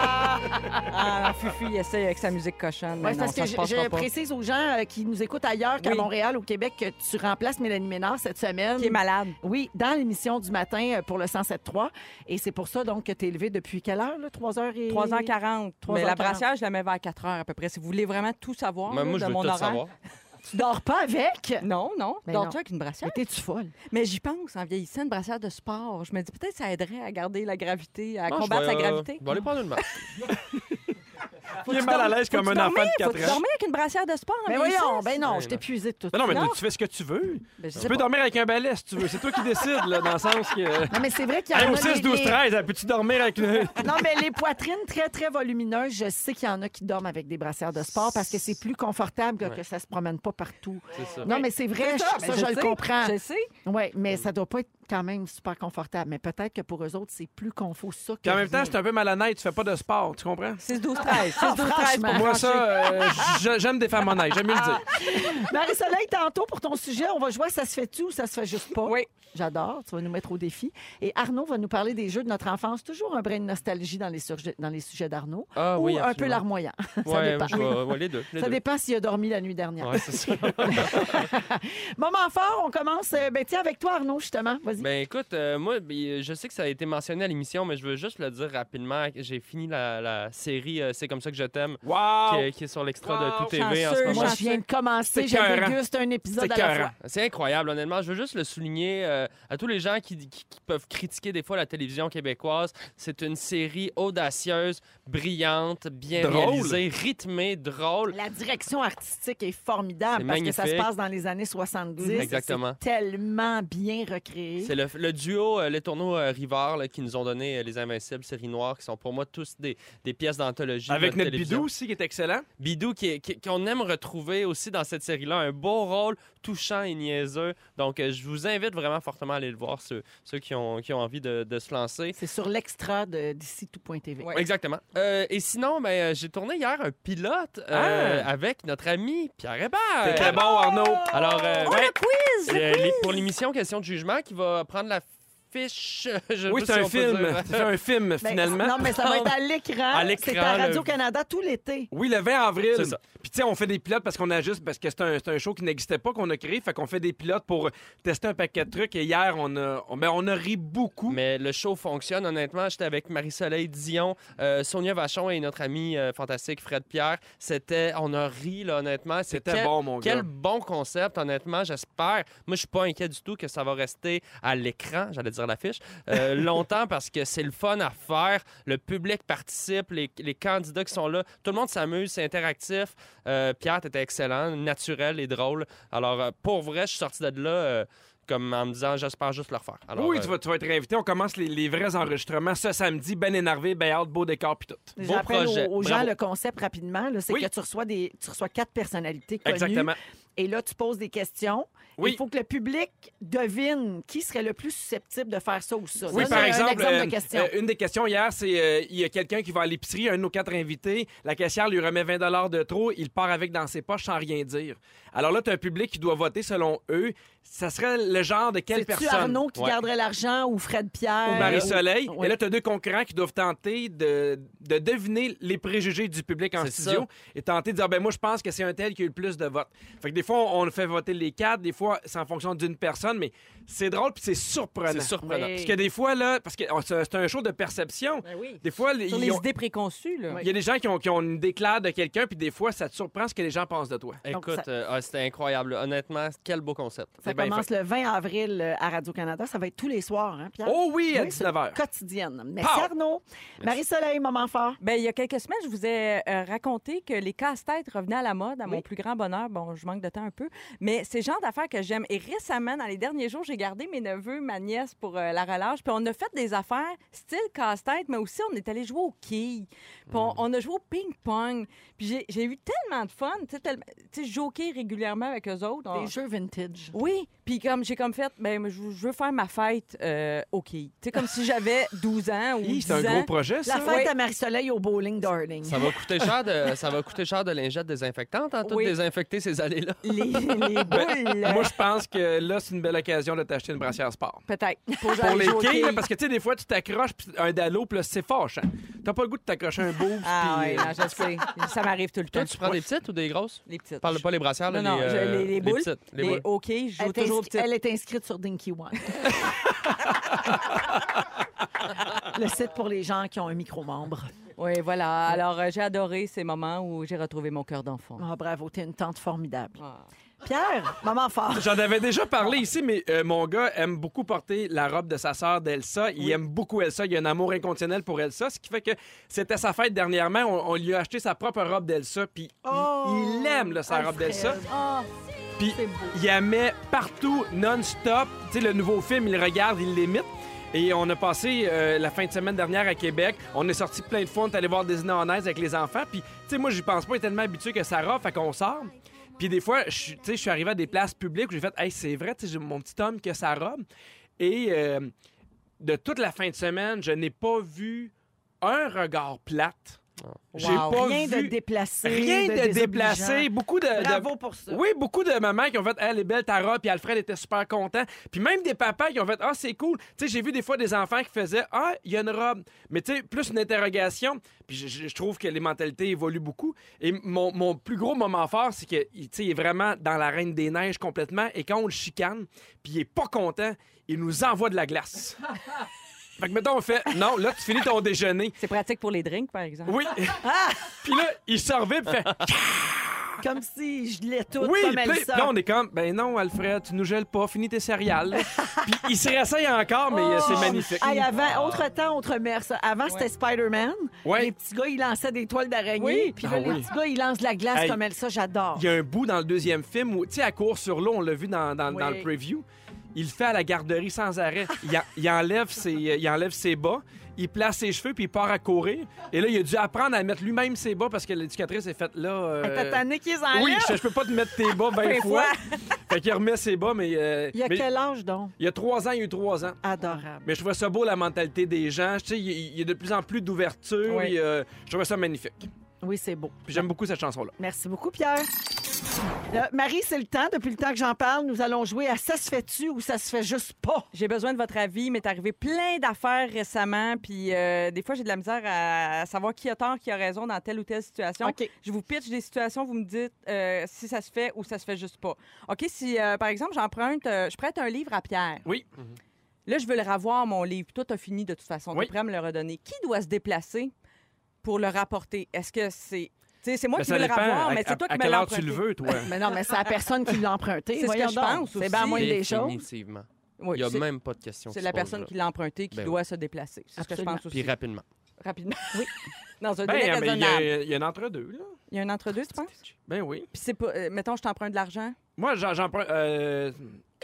D: Ah, non, Fufu, il essaye avec sa musique cochonne. mais
B: Ouais, c'est
D: non,
B: parce
D: ça
B: que
D: se
B: je,
D: passera
B: je
D: pas.
B: précise aux gens euh, qui nous écoutent ailleurs qu'à
D: Oui.
B: Montréal, au Québec, que tu remplaces Mélanie Ménard cette semaine.
D: Qui est malade.
B: Oui, dans l'émission du matin euh, pour le 107.3. Et c'est pour ça, donc, que tu es élevé depuis quelle heure, là? 3h et...
D: 3h40.
B: 3h40.
D: Mais la brassière, je la mets vers 4 heures à peu près. Si vous voulez vraiment tout savoir
C: Mais
D: là,
C: moi,
D: de
C: je veux
D: mon
C: tout
D: horaire.
C: savoir.
B: Tu dors pas avec?
D: Non, non.
B: Mais non.
D: Dors-tu avec une brassière?
B: Mais t'es-tu folle?
D: Mais j'y pense, en vieillissant, une brassière de sport. Je me dis peut-être que ça aiderait à garder la gravité, à
C: Non, je
D: combattre
C: vais,
D: la
C: euh,
D: gravité.
C: Je vais aller prendre une marche.
E: Il est mal à l'aise comme un enfant de
D: Faut
E: 4 ans.
D: dormir avec une brassière de sport en
B: Mais voyons,
D: vieillissant?
B: ben non,
C: Ouais,
B: je
C: non.
B: t'épuisais de tout
E: Mais non, mais
D: Non.
E: tu fais ce que tu veux.
D: Ben, je
E: Tu
D: sais
E: peux
D: pas.
E: dormir avec un balai si tu veux. C'est toi qui décides, là, dans le sens que.
B: Non, mais c'est vrai qu'il y en
E: Hey, au
B: a... des-
E: 6, 12, 13, elle peut-tu hein, dormir avec une.
B: Non, mais les poitrines très, très volumineuses, je sais qu'il y en a qui dorment avec des brassières de sport parce que c'est plus confortable que,
C: Ouais.
B: que ça se promène pas partout.
C: C'est ça.
B: Non, mais c'est vrai,
D: C'est
B: je- ça,
D: ben,
B: je, le
D: sais,
B: comprends.
D: Je sais.
B: Oui, mais ça doit pas être quand même super confortable. Mais peut-être que pour eux autres, c'est plus confo ça que
E: Puis en même temps,
B: rien.
E: je suis un peu malhonnête, tu fais pas de sport, tu comprends?
D: 6, 12, 13. 6, 12, 13
B: Ah, franchement.
D: pour
E: Moi,
D: trancher.
E: ça, euh, je- j'aime des femmes honnêtes, j'aime mieux le dire.
B: Marie-Soleil, tantôt, pour ton sujet, on va jouer à Ça se fait-tu ou ça se fait juste pas?
D: Oui.
B: J'adore, tu vas nous mettre au défi. Et Arnaud va nous parler des jeux de notre enfance. Toujours un brin de nostalgie dans les, surge- dans les sujets d'Arnaud.
C: Ah
B: ou
C: oui,
B: un peu
C: absolument.
B: larmoyant. ça
C: Ouais,
B: dépend.
C: je vais- ouais, les deux. les
B: Ça
C: deux.
B: dépend s'il a dormi la nuit dernière.
C: Ouais, c'est ça.
B: Moment fort, on commence. euh, Ben, tiens, avec toi, Arnaud, justement. Vas-y.
C: Ben écoute, euh, moi, ben, je sais que ça a été mentionné à l'émission, mais je veux juste le dire rapidement. J'ai fini la, la série euh, C'est comme ça que je t'aime, qui,
E: Wow!
C: est- qui est sur l'extra de
E: Wow.
C: Tout TV en ce
D: Chanceux,
C: moment.
B: Moi, je
D: chanceux.
B: viens de commencer.
E: C'est
B: Je
E: écœurant.
B: déguste un épisode
E: C'est
B: à la
E: écœurant.
B: fois.
C: hein. C'est hein. incroyable, honnêtement. Je veux juste le souligner euh, à tous les gens qui, qui- qui peuvent critiquer des fois la télévision québécoise. C'est une série audacieuse, brillante, bien
E: Drôle.
C: réalisée, rythmée, drôle.
B: La direction artistique est formidable
C: C'est
B: parce que ça se
C: magnifique. Mm-hmm.
B: passe dans les années 70.
C: Exactement.
B: C'est tellement bien recréé.
C: C'est le, le duo euh, Les Tourneaux euh, Rivard là, qui nous ont donné euh, Les Invincibles, série noire, qui sont pour moi tous des, des pièces d'anthologie. de
E: Avec notre
C: télévision.
E: bidou aussi, qui est excellent.
C: Bidou, qui est- qui- qu'on aime retrouver aussi dans cette série-là. Un beau rôle touchant et niaiseux. Donc, euh, je vous invite vraiment fortement à aller le voir, ceux, ceux qui, ont, qui ont envie de, de se lancer.
B: C'est sur l'extra de- d'ici tout.tv.
D: Ouais.
C: Exactement. Euh, et sinon, ben, euh, j'ai tourné hier un pilote euh, avec notre ami Pierre
E: T'es
C: Hébert.
E: très bon, Arnaud.
C: Alors, euh,
D: Oh,
C: ouais,
D: le quiz!
C: euh, les- pour l'émission Question de jugement, qui va prendre la fiche. je sais
E: Oui,
C: pas
E: c'est
C: si
E: un
C: on peut
E: film.
C: dire.
E: Tu fais un film,
B: Ben,
E: finalement.
B: Non, mais ça va être à l'écran.
C: À l'écran,
B: C'est à
C: le-
B: Radio-Canada tout l'été.
E: Oui, le 20 avril.
C: C'est ça.
E: Puis tu sais, on fait des pilotes parce qu'on a juste parce que c'est un, c'est un show qui n'existait pas qu'on a créé, fait qu'on fait des pilotes pour tester un paquet de trucs. Et hier, on a, on, ben, on a ri beaucoup.
C: Mais le show fonctionne, honnêtement. J'étais avec Marie-Soleil Dion, euh, Sonia Vachon et notre ami euh, fantastique Fred Pierre. C'était, on a ri, là, honnêtement. C'est
E: C'était
C: quel-
E: bon, mon gars.
C: Quel bon concept, honnêtement, j'espère. Moi, je suis pas inquiet du tout que ça va rester à l'écran, j'allais dire à l'affiche, euh, longtemps parce que c'est le fun à faire. Le public participe, les, les candidats qui sont là, tout le monde s'amuse, c'est interactif. Euh, Pierre, t'étais excellent, naturel et drôle. Alors, euh, pour vrai, je suis sorti de là euh, comme en me disant, j'espère juste le refaire. Alors,
E: oui,
C: euh,
E: tu vas, tu vas être invité. On commence les, les vrais enregistrements ce samedi. Ben énervé, ben hâte, beau décor, puis tout.
C: Beau
B: J'appelle
C: projet.
B: aux, aux gens
C: Bravo.
B: le concept rapidement. là, C'est
E: Oui.
B: que tu reçois, des, tu reçois quatre personnalités connues.
E: Exactement.
B: Et là, tu poses des questions.
E: Oui.
B: Il faut que le public devine qui serait le plus susceptible de faire ça ou ça.
E: Oui,
B: Donne
E: par
B: un
E: exemple,
B: exemple
E: euh,
B: de question.
E: euh, une des questions hier, c'est euh, il y a quelqu'un qui va à l'épicerie, un de nos quatre invités, la caissière lui remet 20 dollars de trop, il part avec dans ses poches sans rien dire. Alors là, tu as un public qui doit voter selon eux. Ça serait le genre de quelle
B: C'est-tu
E: personne
B: Arnaud qui
C: Ouais.
B: garderait l'argent ou Fred Pierre?
E: Ou Marie-Soleil.
B: Ouais.
E: Et là, tu as deux concurrents qui doivent tenter de, de deviner les préjugés du public en
C: C'est
E: studio et tenter de dire ben moi, je pense que c'est un tel qui a eu le plus de votes. Fait que des fois, on on fait voter les quatre, des fois, c'est en fonction d'une personne, mais c'est drôle puis c'est surprenant.
C: C'est surprenant.
B: Oui.
E: Parce que des fois, là, parce que oh, c'est c'est un show de perception. Des fois, les-
D: Sur
E: ils
D: les
E: ont-
D: idées préconçues, là.
E: il y a des gens qui ont, qui ont une déclare de quelqu'un, puis des fois, ça te surprend ce que les gens pensent de toi.
B: Donc,
C: Écoute,
B: ça-
C: euh, ah, c'était incroyable. Honnêtement, quel beau concept.
B: Ça
C: C'est bien
B: commence
C: fait.
B: le 20 avril euh, à Radio-Canada. Ça va être tous les soirs, hein, Pierre?
E: Oh oui, à
B: Oui, c'est
E: 19h.
B: Quotidienne. Merci
E: Pow!
B: Arnaud. Marie-Soleil, moment fort.
D: Ben, il y a quelques semaines, je vous ai euh, raconté que les casse-têtes revenaient à la mode, à mon
B: Oui.
D: plus grand bonheur. Bon, je manque de temps un peu, mais c'est le genre d'affaires que j'aime. Et récemment, dans les derniers jours, j'ai gardé mes neveux, ma nièce pour euh, la relâche. Puis on a fait des affaires style casse-tête, mais aussi on est allé jouer aux quilles. Puis on,
E: Mm.
D: on a joué au ping-pong. Puis j'ai- j'ai eu tellement de fun. Tu sais, tellement- tu sais, je joue aux quilles régulièrement avec eux autres. On-
B: Des jeux vintage.
D: oui, puis comme j'ai comme fait, ben, je, je veux faire ma fête euh, aux quilles. Tu sais, comme si j'avais 12 ans ou
E: Hi,
D: 10
E: C'est un
D: ans.
E: gros projet, ça.
B: La fête
D: oui.
B: à Marie-Soleil au bowling, darling.
C: Ça va coûter cher de, ça va coûter cher de lingettes désinfectantes, hein, tout
D: Oui.
C: désinfecter ces allées-là.
D: Les, les boules.
E: Ben, Moi, je pense que là, c'est une belle occasion de t'acheter une brassière sport.
D: Peut-être. Pour,
E: Pour les quilles, là, parce que tu sais, des fois, tu t'accroches puis un dallo, puis là, c'est fâchant. T'as pas le goût de t'accrocher un euh, bout.
D: Ah oui, non, je sais. Ça m'arrive tout le temps.
C: euh, Toi, tu prends des petites ou des grosses?
D: les petites.
C: Parle pas les brassières, là,
D: Non, non,
C: les,
D: je- les- les boules.
C: petites, les
D: Les-
C: boules.
D: OK, je joue
B: Elle est,
D: toujours aux
B: inscri-
D: petites.
B: elle est inscrite sur Dinky One. le site pour les gens qui ont un micro-membre.
D: Oui, voilà. Alors, euh, j'ai adoré ces moments où j'ai retrouvé mon cœur d'enfant.
B: Ah, bravo, t'es une tante formidable.
D: Ah.
B: Pierre, moment fort.
E: J'en avais déjà parlé ici, mais euh, mon gars aime beaucoup porter la robe de sa sœur d'Elsa. Il aime beaucoup Elsa. Il a un amour inconditionnel pour Elsa, ce qui fait que c'était sa fête dernièrement. On, on lui a acheté sa propre robe d'Elsa, puis il-
B: Oh,
E: il, aime là, sa robe d'Elsa.
B: Ah.
E: Puis il la met partout, non-stop. Tu sais, le nouveau film, il le regarde, il l'imite. Et on a passé euh, la fin de semaine dernière à Québec. On est sorti plein de fois. On est allé voir Disney en Ice avec les enfants. Puis, tu sais, moi, j'y pense pas. Il est tellement habitué que ça robe, fait qu'on sort. Puis des fois, je suis- tu sais, je suis arrivé à des places publiques où j'ai fait, hey, c'est vrai, tu sais, j'ai mon petit homme qui a sa robe. Et euh, de toute la fin de semaine, je n'ai pas vu un regard plate. J'ai
B: Wow.
E: pas
B: rien
E: vu
B: de déplacé.
E: rien de
B: désobligeant.
E: déplacé. Beaucoup de, de-
B: Bravo pour ça.
E: oui, beaucoup de mamans qui ont fait Ah, elle est belle ta robe, puis Alfred était super content. Puis même des papas qui ont fait Ah, c'est cool. Tu sais, j'ai vu des fois des enfants qui faisaient Ah, il y a une robe. Mais tu sais, plus une interrogation. Puis je, je- je trouve que les mentalités évoluent beaucoup. Et mon, mon plus gros moment fort, c'est que il- tu sais, il est vraiment dans la reine des neiges complètement. Et quand on le chicane, puis il est pas content, il nous envoie de la glace. fait que mettons, on fait Non, là, tu finis ton déjeuner.
D: C'est pratique pour les drinks, par exemple.
E: Oui. puis là, il se revient, puis fait
B: Comme si je l'ai tout
E: oui,
B: comme
E: puis
B: elle
E: là,
B: sort.
E: on est comme, ben non, Alfred, tu nous gèles pas, finis tes céréales. puis il se réessaye encore, mais euh, c'est magnifique.
B: Oh! Hey, avant, autre temps, autre mer. ça. Avant, c'était Spider-Man.
E: Ouais.
B: Les petits gars, ils lançaient des toiles d'araignée.
E: Oui.
B: Puis là,
E: Ah
B: les
E: oui.
B: petits gars, ils lancent de la glace
E: Hey.
B: comme elle. Ça, j'adore.
E: Il y a un bout dans le deuxième film où, tu sais, à court sur l'eau, on l'a vu dans, dans- dans
B: Oui.
E: le preview. il le fait à la garderie sans arrêt. Il, en- il enlève, ses, il enlève ses bas, il place ses cheveux, puis il part à courir. Et là, il a dû apprendre à mettre lui-même ses bas parce que l'éducatrice est faite là. euh,
B: Elle était tannée qu'ils enlèvent.
E: oui, je, je peux pas te mettre tes bas 20 fois. fait qu'il remet ses bas, mais. euh,
B: Il y a
E: mais
B: quel âge, donc?
E: il y a trois ans, il y a eu trois ans.
B: Adorable.
E: Mais je trouvais ça beau, la mentalité des gens. Tu sais, il il y a de plus en plus d'ouverture.
B: Oui.
E: et, euh, je trouvais ça magnifique.
B: Oui, c'est beau.
E: Puis j'aime beaucoup cette chanson-là.
B: Merci beaucoup, Pierre. Euh, Marie, c'est le temps. Depuis le temps que j'en parle, nous allons jouer à Ça se fait-tu ou Ça se fait juste pas?
D: J'ai besoin de votre avis. Il m'est arrivé plein d'affaires récemment. Puis euh, des fois, j'ai de la misère à, à savoir qui a tort, qui a raison dans telle ou telle situation.
B: OK.
D: Je vous pitch des situations, vous me dites euh, si ça se fait ou ça se fait juste pas. OK, si euh, par exemple, j'emprunte, euh, je prête un livre à Pierre.
E: Oui.
D: Là, je veux le revoir, mon livre. Puis toi, t'as fini de toute façon.
E: Oui.
D: T'es prêt à me le redonner. Qui doit se déplacer pour le rapporter? Est-ce que c'est. Tu sais, c'est moi
E: Ben,
D: qui veux le revoir,
E: À-
D: mais
E: à-
D: c'est toi
E: à
D: qui me
E: quelle
D: l'as
E: heure tu le veux, toi?
B: Mais non, mais c'est la personne qui l'a emprunté.
D: C'est ce que
B: Voyons
D: je
B: donc.
D: pense
B: C'est
D: aussi.
B: bien moins des choses.
C: Définitivement.
D: Oui,
C: Il n'y a
D: c'est-
C: même pas de question.
D: C'est
C: qui
D: la
C: se pose,
D: personne
C: là.
D: qui l'a emprunté qui
C: Ben oui.
D: doit se déplacer. C'est ce que je pense aussi.
C: Puis rapidement.
D: Rapidement. Oui. Dans un
E: Ben,
D: délai
E: euh, mais il y a-
D: raisonnable.
E: il y, a un entre-deux, là.
D: Il y a un entre-deux, tu penses?
E: Ben oui.
D: Puis c'est pas. euh, mettons, je t'emprunte de l'argent.
E: Moi, j'en- j'emprunte. euh,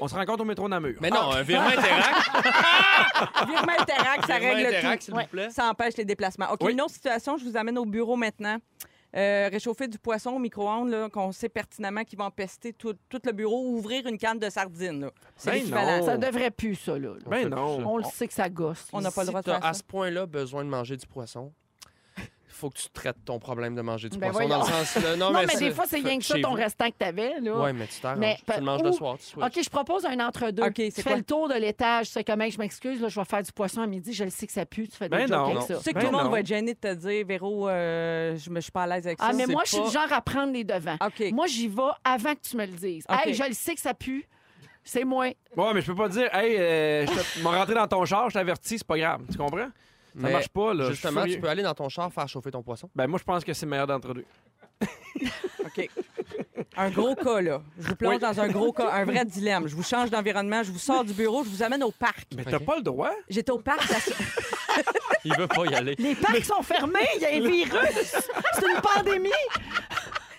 E: on se rencontre au métro Namur.
C: Mais non, un virement interact.
E: Ah!
D: Virement Interact, ça
C: virement
D: règle
C: interact,
D: tout.
C: s'il vous plaît.
D: Ça empêche les déplacements. OK,
E: Oui.
D: une autre situation, je vous amène au bureau maintenant. Euh, réchauffer du poisson au micro-ondes, là, qu'on sait pertinemment qu'il va empester tout, tout le bureau, ou ouvrir une canne de sardines. là. C'est
E: Ben
D: l'équivalent.
E: non.
B: Ça devrait plus, ça, là.
E: Ben non.
B: On le sait que ça gosse.
D: On n'a pas le
C: Si
D: droit de
C: t'as
D: faire ça.
C: à ce point-là besoin de manger du poisson, faut que tu traites ton problème de manger du
B: Ben
C: poisson. Dans le sens, là, non,
B: Non, mais,
C: ça-
B: des fois, c'est rien que ça,
C: chez
B: ton
C: vous.
B: restant que t'avais, là.
C: Ouais, mais tu
B: Mais-
C: t'arranges. Tu le manges
B: ou-
C: le soir, tu switches.
B: OK, je propose un entre-deux.
D: OK, c'est
B: tu fais
D: quoi?
B: le tour de l'étage. Tu fais comme, Hey, je m'excuse, là, je vais faire du poisson à midi. Je le sais que ça pue. Tu fais des
E: Ben
B: jokes
E: non.
B: avec
E: Non.
B: ça.
D: Tu sais que
E: Ben
D: tout le monde
E: non.
D: va être gêné de te dire, Véro, euh, je ne suis pas à l'aise avec ça.
B: Ah, mais
D: C'est
B: moi, je suis
D: pas-
B: le genre à prendre les devants.
D: OK.
B: Moi, j'y vais avant que tu me le dises.
D: OK.
B: Hey, je le sais que ça pue. C'est moi.
E: Ouais, mais je peux pas dire, hey, euh, je te- m'en rentré dans ton char, je t'avertis, c'est pas grave. Tu comprends? Ça
C: Mais
E: marche pas, là. Je suis
C: Justement,
E: furieux.
C: tu peux aller dans ton char faire chauffer ton poisson.
E: Ben, moi, je pense que c'est meilleur d'entre-deux.
D: OK. Un gros cas, là. Je vous plonge
E: Oui.
D: dans un gros cas, un vrai dilemme. Je vous change d'environnement, je vous sors du bureau, je vous amène au parc.
E: Mais t'as pas le droit.
D: J'étais au parc. la-
C: Ben, Il veut pas y aller.
B: Les parcs sont fermés. Il y a un virus. C'est une pandémie.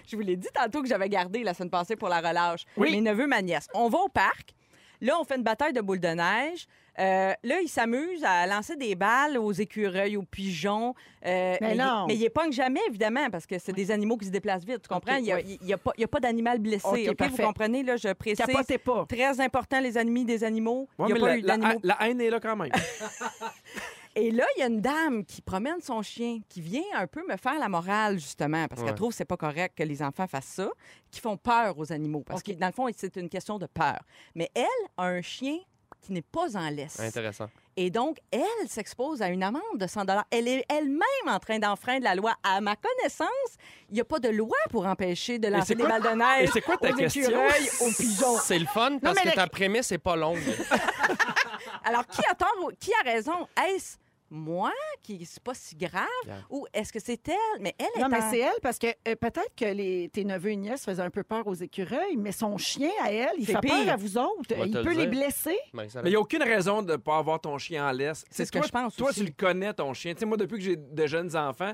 D: Je vous l'ai dit tantôt que j'avais gardé la semaine passée pour la relâche.
E: Oui.
D: Mes neveux, ma nièce. On va au parc. Là, on fait une bataille de boules de neige. Euh, là, ils s'amusent à lancer des balles aux écureuils, aux pigeons. Euh,
B: Mais
D: il-
B: non.
D: mais ils éponge jamais, évidemment, parce que c'est des animaux qui se déplacent vite. Tu comprends?
B: OK,
D: Il n'y a,
B: oui.
D: il y a pas, il y a pas d'animal blessé.
B: OK,
D: OK, vous
B: parfait.
D: comprenez? Là, je précise.
B: Capotez pas.
D: Très important, les ennemis des animaux. il
E: Ouais,
D: n'y
E: mais
D: a pas
E: la-
D: eu
E: la,
D: d'animaux.
E: la haine est là quand même.
D: Et là, il y a une dame qui promène son chien, qui vient un peu me faire la morale, justement, parce qu'elle
C: Ouais.
D: trouve que c'est pas correct que les enfants fassent ça, qui font peur aux animaux. Parce que, dans le fond, c'est une question de peur. Mais elle a un chien qui n'est pas en laisse.
C: Intéressant.
D: Et donc, elle s'expose à une amende de 100 Elle est elle-même en train d'enfreindre la loi. À ma connaissance, il n'y a pas de loi pour empêcher de lancer
E: c'est
D: des
E: quoi-
D: balles de
E: Et
D: neige
E: c'est quoi ta
D: aux
E: question?
D: écureuils, aux pigeons.
C: C'est le fun parce
B: mais
C: que
B: la-
C: ta prémisse est pas longue.
D: Alors, qui a tort ou qui a raison? Est-ce moi qui c'est pas si grave
C: Bien.
D: ou est-ce que c'est elle? Mais elle
B: Non,
D: est
B: mais
D: en-
B: c'est elle parce que euh, peut-être que les, tes neveux et nièces faisaient un peu peur aux écureuils, mais son chien à elle, il
D: C'est
B: fait peur
D: pire.
B: à vous autres.
C: Va
B: Il
C: te le
B: peut les
C: dire.
B: blesser.
C: Mais ça-
E: Mais il n'y a aucune raison de ne pas avoir ton chien en laisse.
D: C'est
E: Tu sais,
D: ce que
E: toi,
D: je pense
E: Toi,
D: aussi.
E: tu le connais, ton chien. Tu sais, moi, depuis que j'ai de jeunes enfants,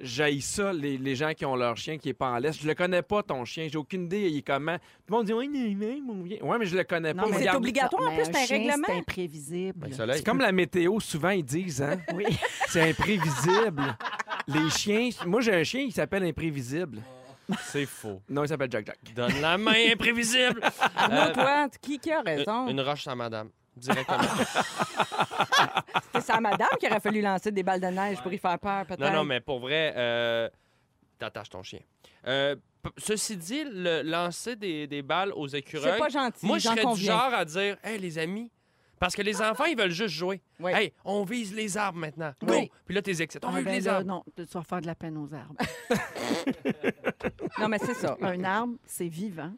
E: j'haïs ça, les, les gens qui ont leur chien qui n'est pas en laisse. Je le connais pas, ton chien. J'ai aucune idée, il est comment. Tout le monde dit, oui, il est même, ou bien. Ouais, mais je le connais
B: Non, mais
E: pas. Mais
D: c'est
E: regarde,
D: obligatoire. Obligatoire, en
B: Mais
D: plus, c'est un
B: Ben, chien,
D: règlement.
B: C'est imprévisible.
C: Ben, soleil.
E: C'est comme la météo, souvent, ils disent, hein?
B: Oui.
E: C'est imprévisible. les chiens. Moi, j'ai un chien, il s'appelle Imprévisible.
C: C'est faux.
E: Non, il s'appelle Jack Jack.
C: Donne la main imprévisible.
D: Non,
C: Euh,
D: toi, t- qui, qui a raison?
C: une, une roche à madame. Directement.
D: C'est sa madame qui aurait fallu lancer des balles de neige pour y faire peur, peut-être.
C: non, non, mais pour vrai, euh, t'attaches ton chien. Euh, p- ceci dit, le lancer des, des balles aux
D: C'est
C: écureuils,
D: pas gentil,
C: moi, je
D: j'en
C: serais du
D: conviens.
C: genre à dire Hey, les amis, parce que les enfants, ils veulent juste jouer.
D: Oui.
C: Hey, on vise les arbres maintenant. Go!
B: Oui.
C: Puis là, t'es excité. On
B: Ah,
C: vise
B: ben
C: les
B: là,
C: arbres.
B: non, tu vas faire de la peine aux arbres.
D: Non, mais c'est ça.
B: un arbre, c'est vivant.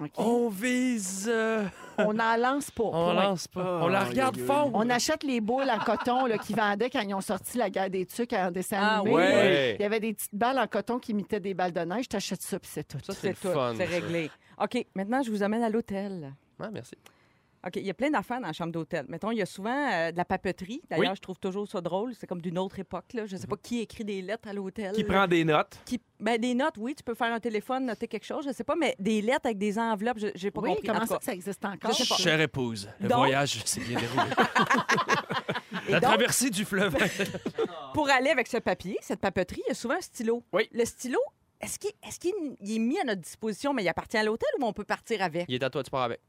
B: OK.
D: Oh.
C: On vise. euh,
B: On n'en lance pas.
C: on
B: point.
C: lance pas.
E: Oh,
C: on la
E: aïe,
C: regarde
E: aïe.
C: fort.
B: On achète les boules en coton là, qui vendaient quand ils ont sorti la guerre des tucs en dessin
D: Ah,
B: animé.
E: ouais.
B: Il y avait des petites balles en coton qui imitaient des balles de neige. T'achètes ça, puis c'est tout.
C: Ça, c'est
D: C'est
C: le
D: tout.
C: fun.
D: C'est
C: ça.
D: réglé. OK, maintenant, je vous amène à l'hôtel.
C: Ouais, Ah, merci.
D: OK, il y a plein d'affaires dans la chambre d'hôtel. Mettons, il y a souvent euh, de la papeterie. D'ailleurs, je trouve toujours ça drôle. C'est comme d'une autre époque. Là. Je ne sais
C: Mhm.
D: pas qui écrit des lettres à l'hôtel.
E: Qui prend des notes.
D: Qui- Ben, des notes, oui, tu peux faire un téléphone, noter quelque chose, je sais pas, mais des lettres avec des enveloppes, je- j'ai pas
B: Oui,
D: compris. En
B: comment
D: tout
B: ça
D: cas,
B: que ça existe encore?
D: Je sais pas.
C: Chère épouse, le
D: Donc-
C: voyage s'est bien déroulé. La
D: donc-
C: traversée du fleuve.
D: Pour aller avec ce papier, cette papeterie, il y a souvent un stylo.
E: Oui.
D: Le stylo, est-ce qu'il est, est mis à notre disposition, mais il appartient à l'hôtel ou on peut partir avec?
C: Il est à toi, tu pars avec.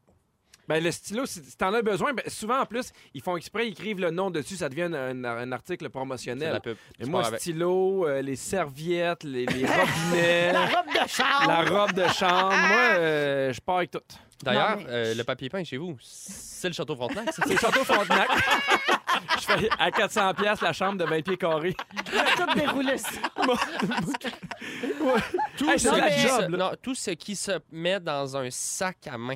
E: Ben, le stylo, si si t'en as besoin, ben, souvent en plus, ils font exprès, ils écrivent le nom dessus, ça devient un, un- un article
C: C'est
E: promotionnel.
C: la pub.
E: Mais
C: Tu
E: moi,
C: pars avec.
E: stylo, euh, les serviettes, les, les robinets,
B: La robe de Charles!
E: la robe de chambre, moi, euh, je pars avec tout.
C: D'ailleurs,
B: Non, mais-
C: euh, le papier peint chez vous, c'est le château Frontenac. ça.
E: C'est Château Frontenac. je fais à 400 pièces la chambre de 20 pieds carrés.
B: Tout déroulé ça.
C: tout,
E: Hey,
C: ce
E: c'est la
C: qui
E: job,
C: se-
E: là.
C: non, tout ce qui se met dans un sac à main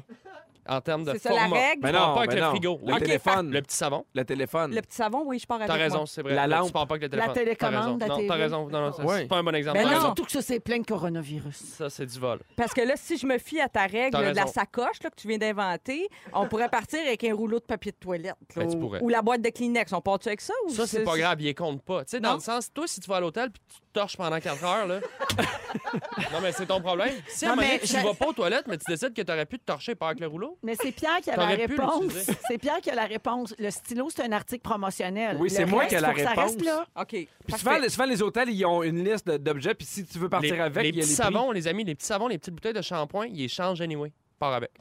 C: en termes de
D: C'est ça la
C: format.
D: règle?
E: Ben
C: Tu pars
E: non,
C: pas avec
E: ben
C: le
E: non.
C: frigo.
E: Le
C: Oui.
E: téléphone.
C: Le petit savon.
E: Le téléphone.
D: Le petit savon, oui, je pars avec.
C: T'as raison,
D: moi.
C: c'est vrai.
E: La
C: Là,
E: lampe.
C: Tu pars pas avec le
B: La
C: téléphone. T'as
B: télécommande,
C: raison.
B: la
C: Non,
B: TV.
C: t'as raison. Non, non, ça,
E: Ouais.
C: c'est pas un bon exemple.
D: Ben
C: T'as
D: non.
C: raison.
B: Surtout que ça, c'est plein de coronavirus.
C: Ça, c'est du vol.
D: Parce que là, si je me fie à ta règle
C: T'as
D: de la
C: raison.
D: sacoche là, que tu viens d'inventer, on pourrait partir avec un rouleau de papier de toilette. là,
C: Ben, tu
D: ou-
C: pourrais.
D: Ou la boîte de Kleenex. On part-tu avec ça? Ou
C: Ça, c'est pas grave, il les compte pas. Tu sais, dans le sens, toi, si tu vas à l'hôtel puis tu te torches pendant 4 heures, là. non, mais c'est ton problème. Si à un
B: Non,
C: moment
B: mais
C: donné, tu
B: je-
C: vas pas aux toilettes, mais tu décides que t'aurais pu te torcher par avec le rouleau.
B: Mais c'est Pierre qui a la
C: T'aurais pu
B: réponse.
C: l'utiliser.
B: C'est Pierre qui a la réponse. Le stylo, c'est un article promotionnel.
E: Oui,
B: Le
E: c'est moi
B: reste,
E: qui ai la
B: faut que ça
E: réponse.
B: reste là.
D: OK.
E: Puis
D: parfait.
E: souvent, les- souvent, les hôtels, ils ont une liste de- d'objets, puis si tu veux partir
C: les,
E: avec,
C: les
E: il y a
C: petits
E: les prix.
C: savons, les amis, les petits savons, les petites bouteilles de shampoing, ils échangent anyway. Pars avec.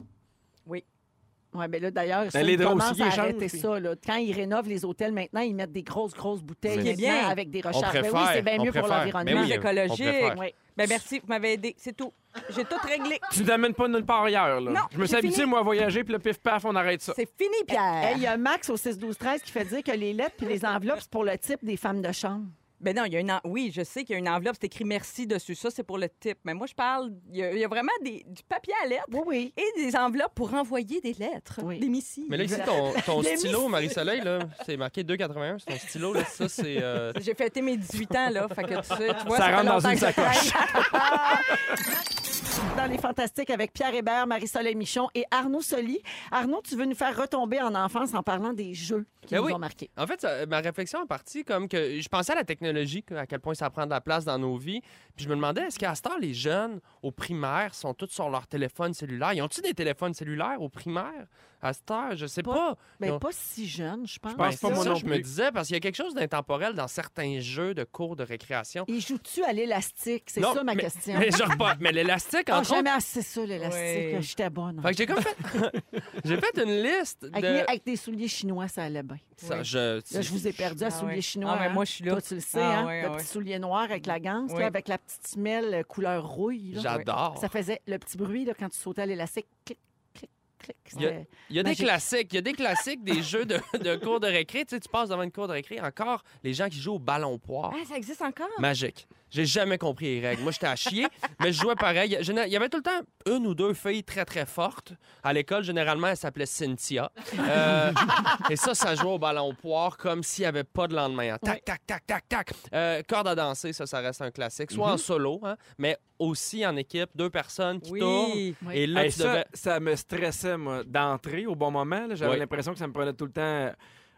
B: Oui, mais ben là, d'ailleurs, ça,
E: les
B: ils
E: draps
B: commencent
E: aussi,
B: à
E: ils changent,
B: arrêter
E: puis-
B: ça. là. Quand ils rénovent les hôtels maintenant, ils mettent des grosses, grosses bouteilles
D: C'est
B: maintenant
D: bien.
B: avec des
C: On
B: recharges. Ben
C: préfère.
B: oui, c'est bien
C: on
B: mieux pour
C: préfère.
B: l'environnement.
C: Ben oui,
D: Plus
C: on préfère.
D: écologique.
B: Oui.
D: Ben, merci, vous m'avez aidé. C'est tout. J'ai tout réglé.
E: Tu t'amènes pas nulle part ailleurs, là.
D: Non,
E: je me suis
D: c'est
E: habitué,
D: fini.
E: moi, à voyager, puis le pif-paf, on arrête ça.
D: C'est fini, Pierre.
B: Hey, Il y a Max au 6-12-13 qui fait dire que les lettres puis les enveloppes, c'est pour le type des femmes de chambre.
D: Ben non, il y a une en- oui, je sais qu'il y a une enveloppe, c'est écrit merci dessus. Ça, c'est pour le type. Mais moi, je parle, il y a, il y a vraiment des- du papier à lettres
B: Oui, oui.
D: et des enveloppes pour envoyer des lettres,
B: Oui.
D: des missives.
C: Mais là, ici, ton, ton stylo, Marie-Soleil, là, c'est marqué 2,81. C'est ton stylo, là, ça, c'est. euh,
D: J'ai fêté mes 18 ans, là. Fait que tu sais, tu vois,
E: Ça
D: fait
E: rentre dans
D: longtemps
E: une
D: que je
E: sacoche.
D: traîne.
B: Dans les Fantastiques avec Pierre Hébert, Marie-Soleil Michon et Arnaud Soli. Arnaud, tu veux nous faire retomber en enfance en parlant des jeux qui
C: Ben
B: nous
C: oui.
B: ont marqué.
C: En fait, ça- ma réflexion est partie comme que je pensais à la technologie, que- à quel point ça prend de la place dans nos vies. Puis je me demandais, est-ce qu'à ce temps, les jeunes au primaire sont tous sur leur téléphone cellulaire? Ils ont-tu des téléphones cellulaires au primaire? À cette heure, je sais pas.
B: Pas-
C: Ils
B: Ben,
C: ont-
B: pas si jeune, je pense.
E: Je pense
C: Ben,
E: pas,
C: c'est
E: moi
C: ça,
E: non
C: je me
E: plus.
C: disais, parce qu'il y a quelque chose d'intemporel dans certains jeux de cours de récréation.
B: Ils jouent-tu à l'élastique? C'est
C: Non,
B: ça ma
C: mais-
B: question.
C: Mais je repars. Mais l'élastique,
B: Ah,
C: entre autres.
B: jamais assez ça, l'élastique.
D: Ouais.
B: J'étais bonne. hein.
C: Fait que j'ai comme fait. j'ai fait une liste de.
B: Avec, mes- avec des souliers chinois, ça allait bien.
C: Ça, je,
B: Là, je vous ai perdu à
D: Ah
B: souliers
D: ouais.
B: chinois.
D: Ah ouais,
B: hein.
D: moi, je suis là.
B: Toi, tu le sais,
D: Ah
B: hein?
D: ouais,
B: le
D: ouais.
B: petit soulier noir avec la ganse,
D: Oui.
B: là, avec la petite semelle euh, couleur rouille. là.
C: J'adore.
B: Ça faisait le petit bruit là, quand tu sautais à l'élastique. Clic, clic, clic.
C: Il y a-
B: C'était-
C: Il y a des
B: Magique.
C: classiques, il y a des classiques des jeux de, de cours de récré. Tu sais, tu passes devant une cour de récré, encore les gens qui jouent au ballon poire.
D: Ah, ça existe encore?
C: Magique. J'ai jamais compris les règles. Moi, j'étais à chier, mais je jouais pareil. Je n'a- Il y avait tout le temps une ou deux filles très, très fortes. À l'école, généralement, elles s'appelaient Cynthia. Euh, et ça, ça jouait au ballon poire comme s'il n'y avait pas de lendemain. hein. Tac, tac, tac, tac, tac. Euh, corde à danser, ça, ça reste un classique. Soit en solo, hein, mais aussi en équipe, deux personnes qui tournent.
D: Oui.
C: Et là,
E: Hey,
C: tu
E: ça,
C: devais...
E: ça me stressait, moi, d'entrer au bon moment. là. J'avais
C: Oui.
E: l'impression que ça me prenait tout le temps euh,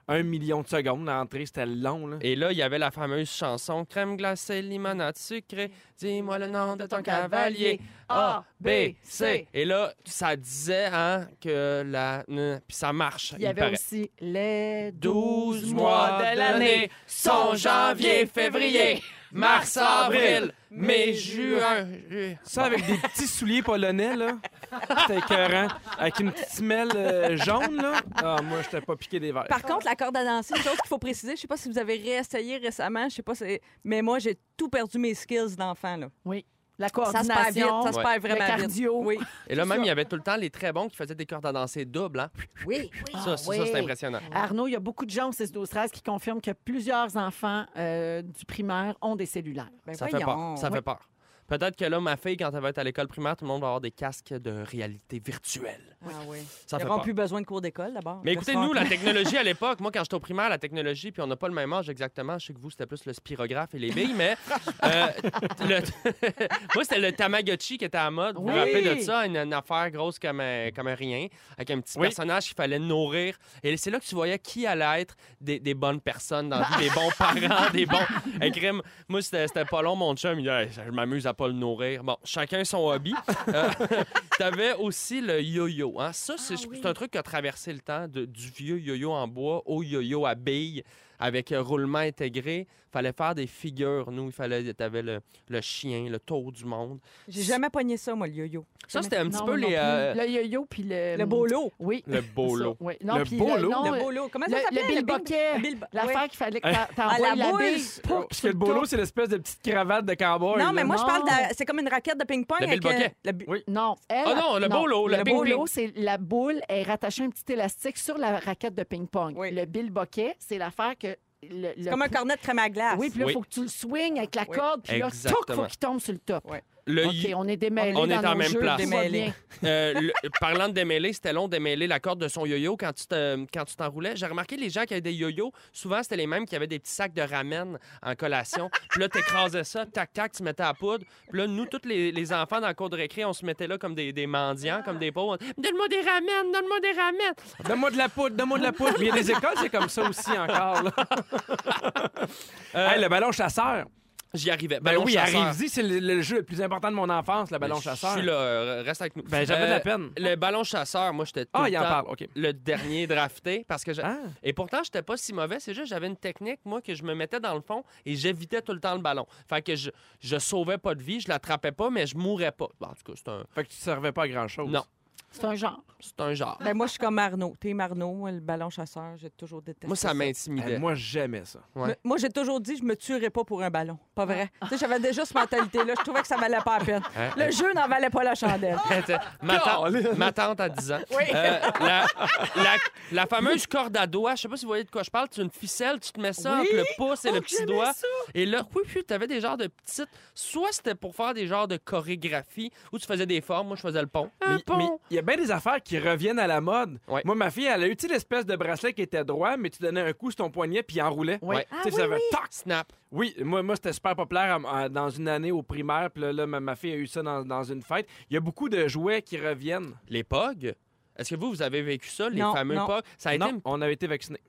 E: un million de secondes. L'entrée, c'était long. Là.
C: Et là, il y avait la fameuse chanson Crème glacée, limonade sucrée, dis-moi le nom de ton cavalier. A, B, C. Et là, ça disait hein, que la. euh, Puis ça marche.
B: Il y avait
C: paraît.
B: aussi les
C: 12
B: 12
C: mois de l'année sont janvier, février, mars, avril, mai, juin. ju-
E: Ça, avec des petits souliers polonais, là. C'était écœurant. Avec une petite semelle euh, jaune, là. Ah, moi, j'étais pas piqué des verres.
D: Par contre, la corde à danser, une chose qu'il faut préciser, je sais pas si vous avez réessayé récemment, je sais pas, si- mais moi, j'ai tout perdu mes skills d'enfant, là.
B: La
D: Ça se
B: coordination.
D: perd vite, ça se
C: Ouais.
D: perd vraiment
B: Le cardio.
D: vite. Oui.
C: Et là, même, il y avait tout le temps les très bons qui faisaient des cordes à danser doubles. Hein.
D: Oui.
C: Ça, ça, ça,
B: Ah, oui.
C: c'est impressionnant.
B: Arnaud, il y a beaucoup de gens au 6 12 13 qui confirment que plusieurs enfants euh, du primaire ont des cellulaires.
D: Ben
C: Ça fait
D: voyons.
C: peur. Ça fait peur. Peut-être que là, ma fille, quand elle va être à l'école primaire, tout le monde va avoir des casques de réalité virtuelle.
D: Ah oui.
C: Ça
D: Ils
C: fait
D: n'auront
C: peur.
D: plus besoin de cours d'école d'abord.
C: Mais écoutez, nous,
D: là.
C: la technologie à l'époque, moi, quand j'étais au primaire, la technologie, puis on n'a pas le même âge exactement. Je sais que vous, c'était plus le spirographe et les billes, mais euh, le- moi, c'était le Tamagotchi qui était à la mode. Vous vous
B: Oui.
C: rappelez de ça, une, une affaire grosse comme un, comme un rien, avec un petit
E: Oui.
C: personnage qu'il fallait nourrir. Et c'est là que tu voyais qui allait être des, des bonnes personnes dans la vie, des bons parents, des bons. Hey, crime, moi, c'était c'était pas long, mon chum. Il dit, Hey, je m'amuse à pas le nourrir. Bon, chacun son hobby. Euh, T'avais aussi le yo-yo. Hein? Ça, c'est c'est un truc qui a traversé le temps, de- du vieux yo-yo en bois au yo-yo à billes avec euh, roulement intégré. fallait faire des figures, nous. Il fallait, t'avais le, le chien, le tour du monde.
D: J'ai jamais pogné ça, moi, le yo-yo.
C: Ça, c'était un petit
B: Non,
C: peu les...
B: non plus.
C: euh,
B: Le yo-yo puis le...
D: Le bolo.
B: Oui.
C: le bolo.
B: Ça, oui. Non,
E: Le
B: puis
E: bolo?
B: non, euh,
D: Le bolo. Comment ça
B: le-
D: s'appelle?
B: le Bill
D: bing-
B: Bocquet.
D: Bill Bo-
B: L'affaire
D: Ouais.
B: qu'il fallait que t'a-
D: À la
B: t'envoies la
D: boule.
B: bille. pouc,
E: Oh, Parce que
B: sur
E: le bolo,
B: top.
E: c'est l'espèce de petite cravate de cowboy.
D: Non, mais
E: là.
D: moi, je parle de. la-
B: Non.
D: C'est comme une raquette de ping-pong.
C: Le
D: avec,
C: Bill Bocquet.
D: euh, le bi-
B: Non, elle.
C: Ah non, le bolo, le
B: Le
C: ping-pong.
B: bolo, c'est la boule est rattachée à un petit élastique sur la raquette de ping-pong.
D: Oui.
B: Le bill bucket, c'est l'affaire que. Le, le-
D: Comme un cornet de crème à glace.
B: Oui, puis là, il
C: Oui.
B: faut que tu le swings avec la
D: Oui.
B: corde, puis là, il faut
C: Exactement.
B: qu'il tombe sur le top.
D: Ouais.
C: Le
B: OK,
C: yo-
B: on est démêlés.
C: On est
B: dans
C: en
B: nos
C: même
B: jeux,
C: place.
B: tout va
D: Démêlés.
B: bien.
C: euh, le- parlant de démêler, c'était long de démêler la corde de son yo-yo quand tu te- quand tu t'enroulais. J'ai remarqué les gens qui avaient des yo-yo, souvent c'était les mêmes qui avaient des petits sacs de ramen en collation. Puis là, t'écrasais ça, tac, tac, tu mettais à poudre. Puis là, nous, tous les, les enfants dans la cour de récré, on se mettait là comme des, des mendiants, comme des pauvres. Donne-moi des ramen, donne-moi des ramen.
E: Donne-moi de la poudre, donne-moi de la poudre. Puis Il y a des écoles, c'est comme ça aussi encore. là. Hey, le ballon chasseur.
C: J'y arrivais.
E: Ben
C: Euh, Ballon
E: oui,
C: chasseur.
E: arrive-y, c'est le, le jeu le plus important de mon enfance, le ballon chasseur.
C: Je suis là, euh, reste avec nous.
E: Ben, j'avais de la peine.
C: Le ballon chasseur, moi, j'étais tout
E: Ah,
C: le
E: il en
C: temps
E: parle, OK.
C: le dernier drafté parce que je-
E: Ah.
C: et pourtant j'étais pas si mauvais c'est juste j'avais une technique moi que je me mettais dans le fond et j'évitais tout le temps le ballon fait que je je sauvais pas de vie je l'attrapais pas mais je mourais pas Bon, en tout cas c'est un
E: Fait que tu ne servais pas à grand-chose.
C: non
B: C'est un genre.
C: c'est un genre
D: Ben, moi, je suis comme Arnaud. T'es Arnaud, moi, le ballon chasseur, j'ai toujours détesté.
C: moi ça hein.
E: Eh,
C: m'intimidait
E: moi, j'aimais ça.
C: ouais.
D: Me- Moi, j'ai toujours dit, je me tuerais pas pour un ballon. Pas vrai.
B: Ah.
D: Tu sais, j'avais déjà cette mentalité-là. Je trouvais que ça valait pas la peine.
C: Hein?
D: Le jeu n'en valait pas la chandelle.
C: ma, tante, ma tante à 10 ans. Euh, la, la- la fameuse corde à doigts, je sais pas si vous voyez de quoi je parle, tu as une ficelle, tu te mets ça entre le pouce et
B: Oh,
D: Oh,
C: le petit doigt. Et là, oui, puis tu avais des genres de petites. Soit c'était pour faire des genres de chorégraphie où tu faisais des formes, moi je faisais le pont. Un
E: Mais-
C: pont.
E: mais il y a bien des affaires qui reviennent à la mode.
C: Ouais.
E: Moi, ma fille, elle a eu tu sais, l'espèce de bracelet qui était droit, mais tu donnais un coup sur ton poignet puis il enroulait.
C: Ouais. Ah
E: Tu sais, ça avait toc!
C: Snap.
E: Oui, moi, moi c'était super populaire à- à- dans une année au primaire. Puis là, là, ma, ma fille a eu ça dans, dans une fête. Il y a beaucoup de jouets qui reviennent.
C: Les POG. Est-ce que vous, vous avez vécu ça, les
D: Non,
C: fameux
D: non.
C: POG? Ça a été
E: Non,
C: une-
E: on avait été vaccinés.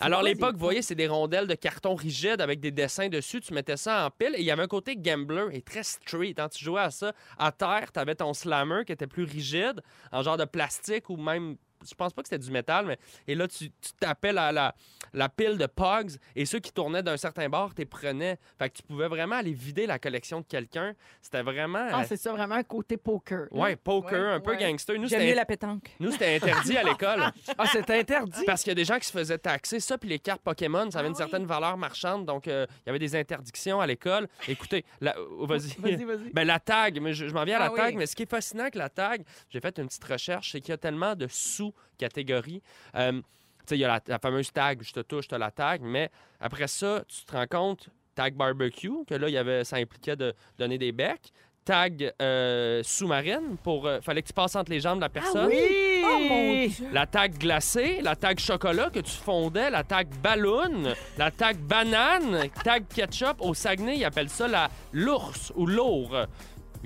C: Alors, les POG, vous voyez, c'est des rondelles de carton rigide avec des dessins dessus. Tu mettais ça en pile et il y avait un côté gambler et très street. Quand tu jouais à ça, à terre, tu avais ton slammer qui était plus rigide, en genre de plastique ou même. Je pense pas que c'était du métal, mais. Et là, tu, tu tapais la, la, la pile de POGs et ceux qui tournaient d'un certain bord, t'es prenais. Fait que tu pouvais vraiment aller vider la collection de quelqu'un. C'était vraiment.
B: Ah, c'est ça, vraiment un côté poker. là.
C: ouais, poker,
B: Ouais,
C: un peu
B: ouais.
C: gangster. Nous,
D: J'aime
C: c'était
D: mieux la pétanque.
C: nous, c'était interdit à l'école.
E: Ah, c'est interdit!
C: Parce qu'il y a des gens qui se faisaient taxer ça, puis les cartes Pokémon, ça avait une certaine valeur marchande, donc euh, il y avait des interdictions à l'école. Écoutez, la... oh, vas-y.
B: Vas-y, vas-y.
C: Ben, la tag, mais je, je m'en viens à la
D: Ah oui.
C: tag, mais ce qui est fascinant avec la tag, j'ai fait une petite recherche, c'est qu'il y a tellement de sous-catégories. Euh, tu sais, il y a la, la fameuse tag, je te touche, je te la tag, mais après ça, tu te rends compte, tag barbecue, que là, il y avait, ça impliquait de donner des becs. Tag euh, sous-marine, pour euh, fallait que tu passes entre les jambes de la personne.
D: Oh mon Dieu.
C: La tag glacée, la tag chocolat que tu fondais, la tag ballon, la tag banane, tag ketchup. Au Saguenay, ils appellent ça la l'ours ou l'our.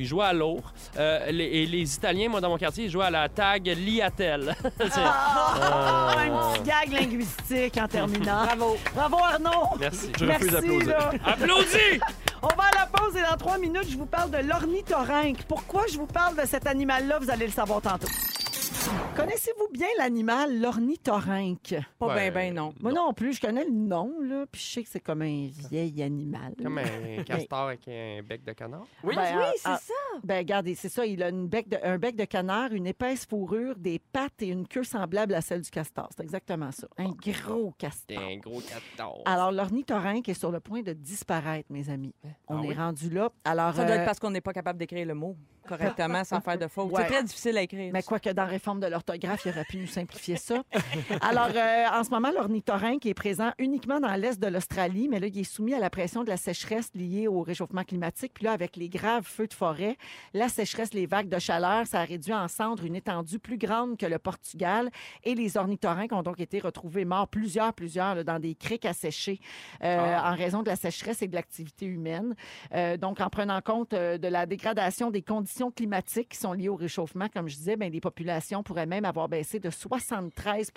C: Ils jouaient à l'our. Euh, les- et les Italiens, moi, dans mon quartier, ils jouaient à la tag liatel.
B: Ah, un petit gag linguistique en terminant. Bravo. Bravo, Arnaud.
C: Merci.
E: Je
B: Merci,
E: refuse d'applaudir.
B: là.
C: Applaudis!
B: On va à la pause et dans trois minutes, je vous parle de l'ornithorynque. Pourquoi je vous parle de cet animal-là, vous allez le savoir tantôt. Connaissez-vous bien l'animal, l'ornithorynque?
D: Pas
C: Ouais.
D: ben, ben, non.
B: Moi non. plus, je connais le nom, là, puis je sais que c'est comme un vieil animal.
C: Comme un castor avec un bec de canard.
E: Oui,
B: Ben,
D: Oui,
B: ah,
D: c'est
B: ah,
D: ça.
B: Ben, regardez, c'est ça. Il a une bec de- un bec de canard, une épaisse fourrure, des pattes et une queue semblable à celle du castor. C'est exactement ça. Un gros
C: T'es
B: castor.
C: un gros castor.
B: Alors, l'ornithorynque est sur le point de disparaître, mes amis. On est rendu là. Alors,
D: Ça doit
B: euh,
D: être parce qu'on n'est pas capable d'écrire le mot correctement sans faire de faute.
B: Ouais.
D: C'est très difficile à écrire.
B: mais
D: ça.
B: quoi que dans Réforme termes de l'orthographe, il aurait pu nous simplifier ça. Alors, euh, en ce moment, l'ornithorynque est présent uniquement dans l'est de l'Australie, mais là, il est soumis à la pression de la sécheresse liée au réchauffement climatique. Puis là, avec les graves feux de forêt, la sécheresse, les vagues de chaleur, ça a réduit en cendres une étendue plus grande que le Portugal. Et les ornithorynques ont donc été retrouvés morts, plusieurs, plusieurs, là, dans des criques asséchées euh, en raison de la sécheresse et de l'activité humaine. Euh, donc, en prenant compte euh, de la dégradation des conditions climatiques qui sont liées au réchauffement, comme je disais, ben, les populations pourraient même avoir baissé de 73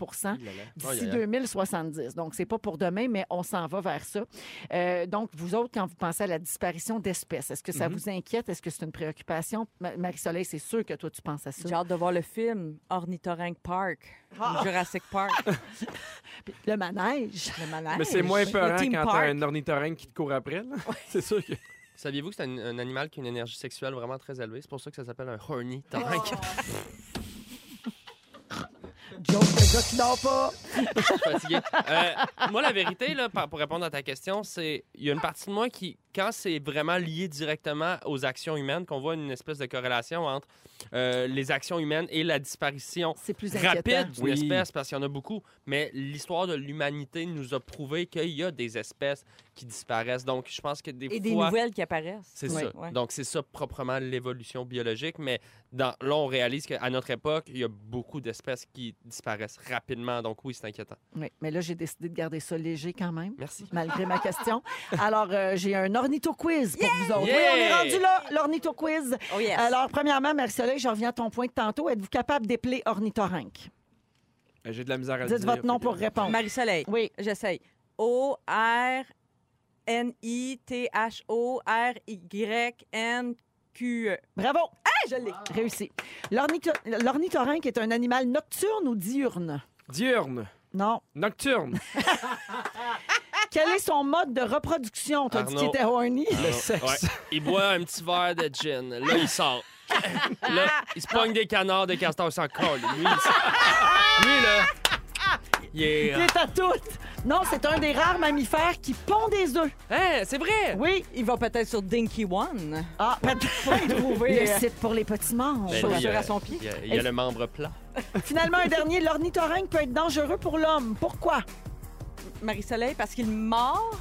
B: d'ici 2070. Donc, c'est pas pour demain, mais on s'en va vers ça. Euh, donc, vous autres, quand vous pensez à la disparition d'espèces, est-ce que ça vous inquiète? Est-ce que c'est une préoccupation? Ma- Marie-Soleil, c'est sûr que toi, tu penses à ça.
D: J'ai hâte de voir le film Ornithorynque Park,
B: Ah.
D: ou Jurassic Park,
B: Le manège.
D: le manège.
E: Mais c'est moins
D: Le
E: peurant
D: theme
E: quand
D: park.
E: t'as un ornithorynque qui te court après. là. C'est sûr que...
C: Saviez-vous que c'est un, un animal qui a une énergie sexuelle vraiment très élevée? C'est pour ça que ça s'appelle un horny tank.
B: Joke de gars qui dort pas.
C: Je suis fatigué. Euh, moi, la vérité, là, par- pour répondre à ta question, c'est il y a une partie de moi qui, quand c'est vraiment lié directement aux actions humaines, qu'on voit une espèce de corrélation entre euh, les actions humaines et la disparition
B: C'est plus inquiétant.
C: rapide d'une
E: Oui.
C: espèce, parce qu'il y en a beaucoup. Mais l'histoire de l'humanité nous a prouvé qu'il y a des espèces qui disparaissent. Donc, je pense que des
D: Et
C: fois...
D: des nouvelles qui apparaissent.
C: C'est
D: Ouais,
C: ça.
D: ouais.
C: Donc, c'est ça proprement l'évolution biologique. Mais dans, là, on réalise qu'à notre époque, il y a beaucoup d'espèces qui disparaissent rapidement. Donc, oui, c'est inquiétant.
B: Oui, mais là, j'ai décidé de garder ça léger quand même.
C: Merci.
B: Malgré ma question. Alors, euh, j'ai un ornitho-quiz pour vous autres. Oui,
C: Yeah!
B: on est rendu là, l'ornitho-quiz.
D: Oh yes.
B: Alors, premièrement, Marie-Soleil, je reviens à ton point de tantôt. Êtes-vous capable d'épeler ornithorynque?
E: Euh, J'ai de la misère à le
B: Dites
E: dire,
B: votre nom
E: fait que-
B: pour répondre.
D: Marie-Soleil,
B: Oui.
D: j'essaye. O-R-N-I-T-H-O-R-Y-N-Q-E.
B: Bravo! Ah, je l'ai! Réussi. L'ornitho- L'ornithorynque est un animal nocturne ou diurne?
E: Diurne.
B: Non.
E: Nocturne.
B: Quel est son mode de reproduction? T'as dit
C: Arnaud.
B: qu'il était horny.
C: Le sexe. Il boit un petit verre de gin. Là, il sort. Là, il se pogne des canards, des castors, sans colle. Lui, il se- Lui, là, il est... euh,
B: Il est à toutes. Non, c'est un des rares mammifères qui pond des œufs.
C: Hein, c'est vrai!
B: Oui.
D: Il va peut-être sur Dinky One.
B: Ah, peut-être
D: trouver,
B: le
D: euh,
B: site pour les petits monstres.
C: Ben, il y a-
D: à son pied.
C: Il y a, il y a le membre plat.
B: Finalement, un dernier, l'ornithorynque peut être dangereux pour l'homme. Pourquoi?
D: Marie-Soleil, parce qu'il mord.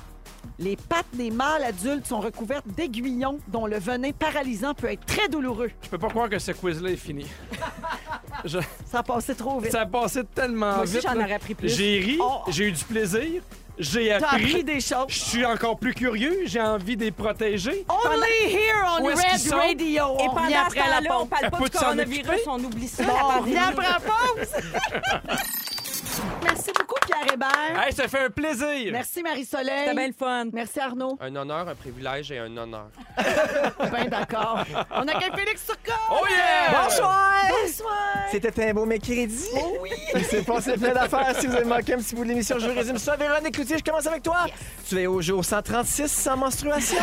B: Les pattes des mâles adultes sont recouvertes d'aiguillons dont le venin paralysant peut être très douloureux.
E: Je peux pas croire que ce quiz-là est fini.
B: Ça a passé trop vite.
E: Ça a passé
B: Ah,
E: tellement
D: Moi aussi,
E: vite.
D: j'en
E: là.
D: aurais pris plus.
E: J'ai ri,
B: Oh.
E: j'ai eu du plaisir, j'ai
B: T'as appris
E: appris.
B: des
E: Je
B: choses.
E: suis encore plus curieux, j'ai envie de les protéger.
D: Oh.
B: Only here on
E: Où est-ce qu'ils
B: Red
E: sont?
B: Radio.
D: Et
B: on
D: pendant
B: revient
D: ce
B: après la
D: temps-là, on
B: pompe.
D: parle pas
E: Faut
D: du
E: s'en
D: coronavirus,
E: occuper.
D: on oublie ça. la
B: Bon, on
D: pandémie.
B: revient après la pause. Merci beaucoup, Pierre Hébert.
E: Hey, ça fait un plaisir.
B: Merci,
D: C'était
B: Marie-Soleil.
D: bien le fun.
B: Merci, Arnaud.
C: Un honneur, un privilège et un honneur.
B: Ben d'accord. On accueille Félix Turcot.
E: Oh yeah!
G: Bonsoir!
B: Bonsoir.
G: C'était un beau mercredi. Oh oui! Il s'est passé plein d'affaires. Si vous avez manqué un petit bout de l'émission, je vous résume ça. Véronique Cloutier, je commence avec toi. Tu es au jour 136 sans menstruation.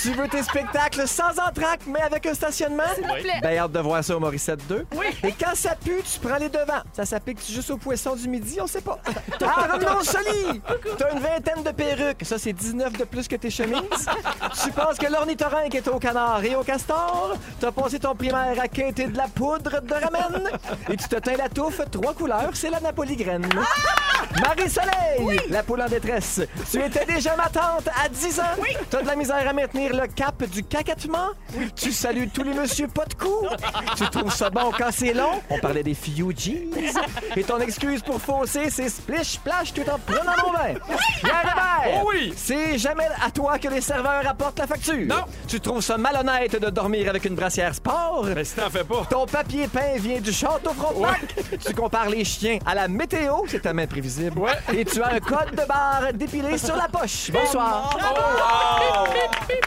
G: Tu veux tes spectacles sans entraque, mais avec un stationnement.
C: Oui.
G: Ben, hâte de voir ça au Morissette 2. Oui. Et quand ça pue, tu prends les devants. Ça s'applique juste au poisson du midi, on sait pas. Ah, Arnaud Soli! T'as une vingtaine de perruques. Ça, c'est 19 de plus que tes chemises. tu penses que l'ornithorynque est au canard et au castor. T'as passé ton primaire à quêter de la poudre de ramen. Et tu te teins la touffe trois couleurs, c'est la Napoli graine. Marie-Soleil, la poule en détresse. Tu étais déjà ma tante à 10 ans. T'as de la misère à maintenir le cap du cacatement. Tu salues tous les monsieur pas de cou. tu trouves ça bon quand c'est long. On parlait des Fugees. Et ton excuse pour fausser, c'est splish splash tout en prenant mon vin. Pierre Hébert,
E: Oh oui.
G: c'est jamais à toi que les serveurs apportent la facture.
E: Non.
G: Tu trouves ça malhonnête de dormir avec une brassière sport.
E: Mais Ben, si t'en fais pas.
G: Ton papier peint vient du château Frontenac. Tu compares les chiens à la météo, c'est tellement imprévisible.
E: Ouais.
G: Et tu as un code de barre dépilé sur la poche. Bonsoir.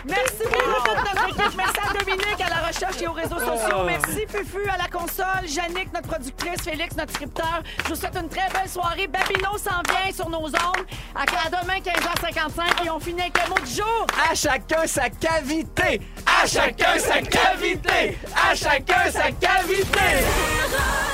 B: Merci beaucoup à toute notre équipe. Merci à Dominique à la recherche et aux réseaux sociaux. Merci Fufu à la console, Yannick, notre productrice, Félix, notre scripteur. Je vous souhaite une très belle soirée. Babino s'en vient sur nos ondes. À, à demain, 15h55. Et on finit avec le mot du jour.
G: À chacun sa cavité. À chacun sa cavité. À chacun sa cavité.
H: Europe.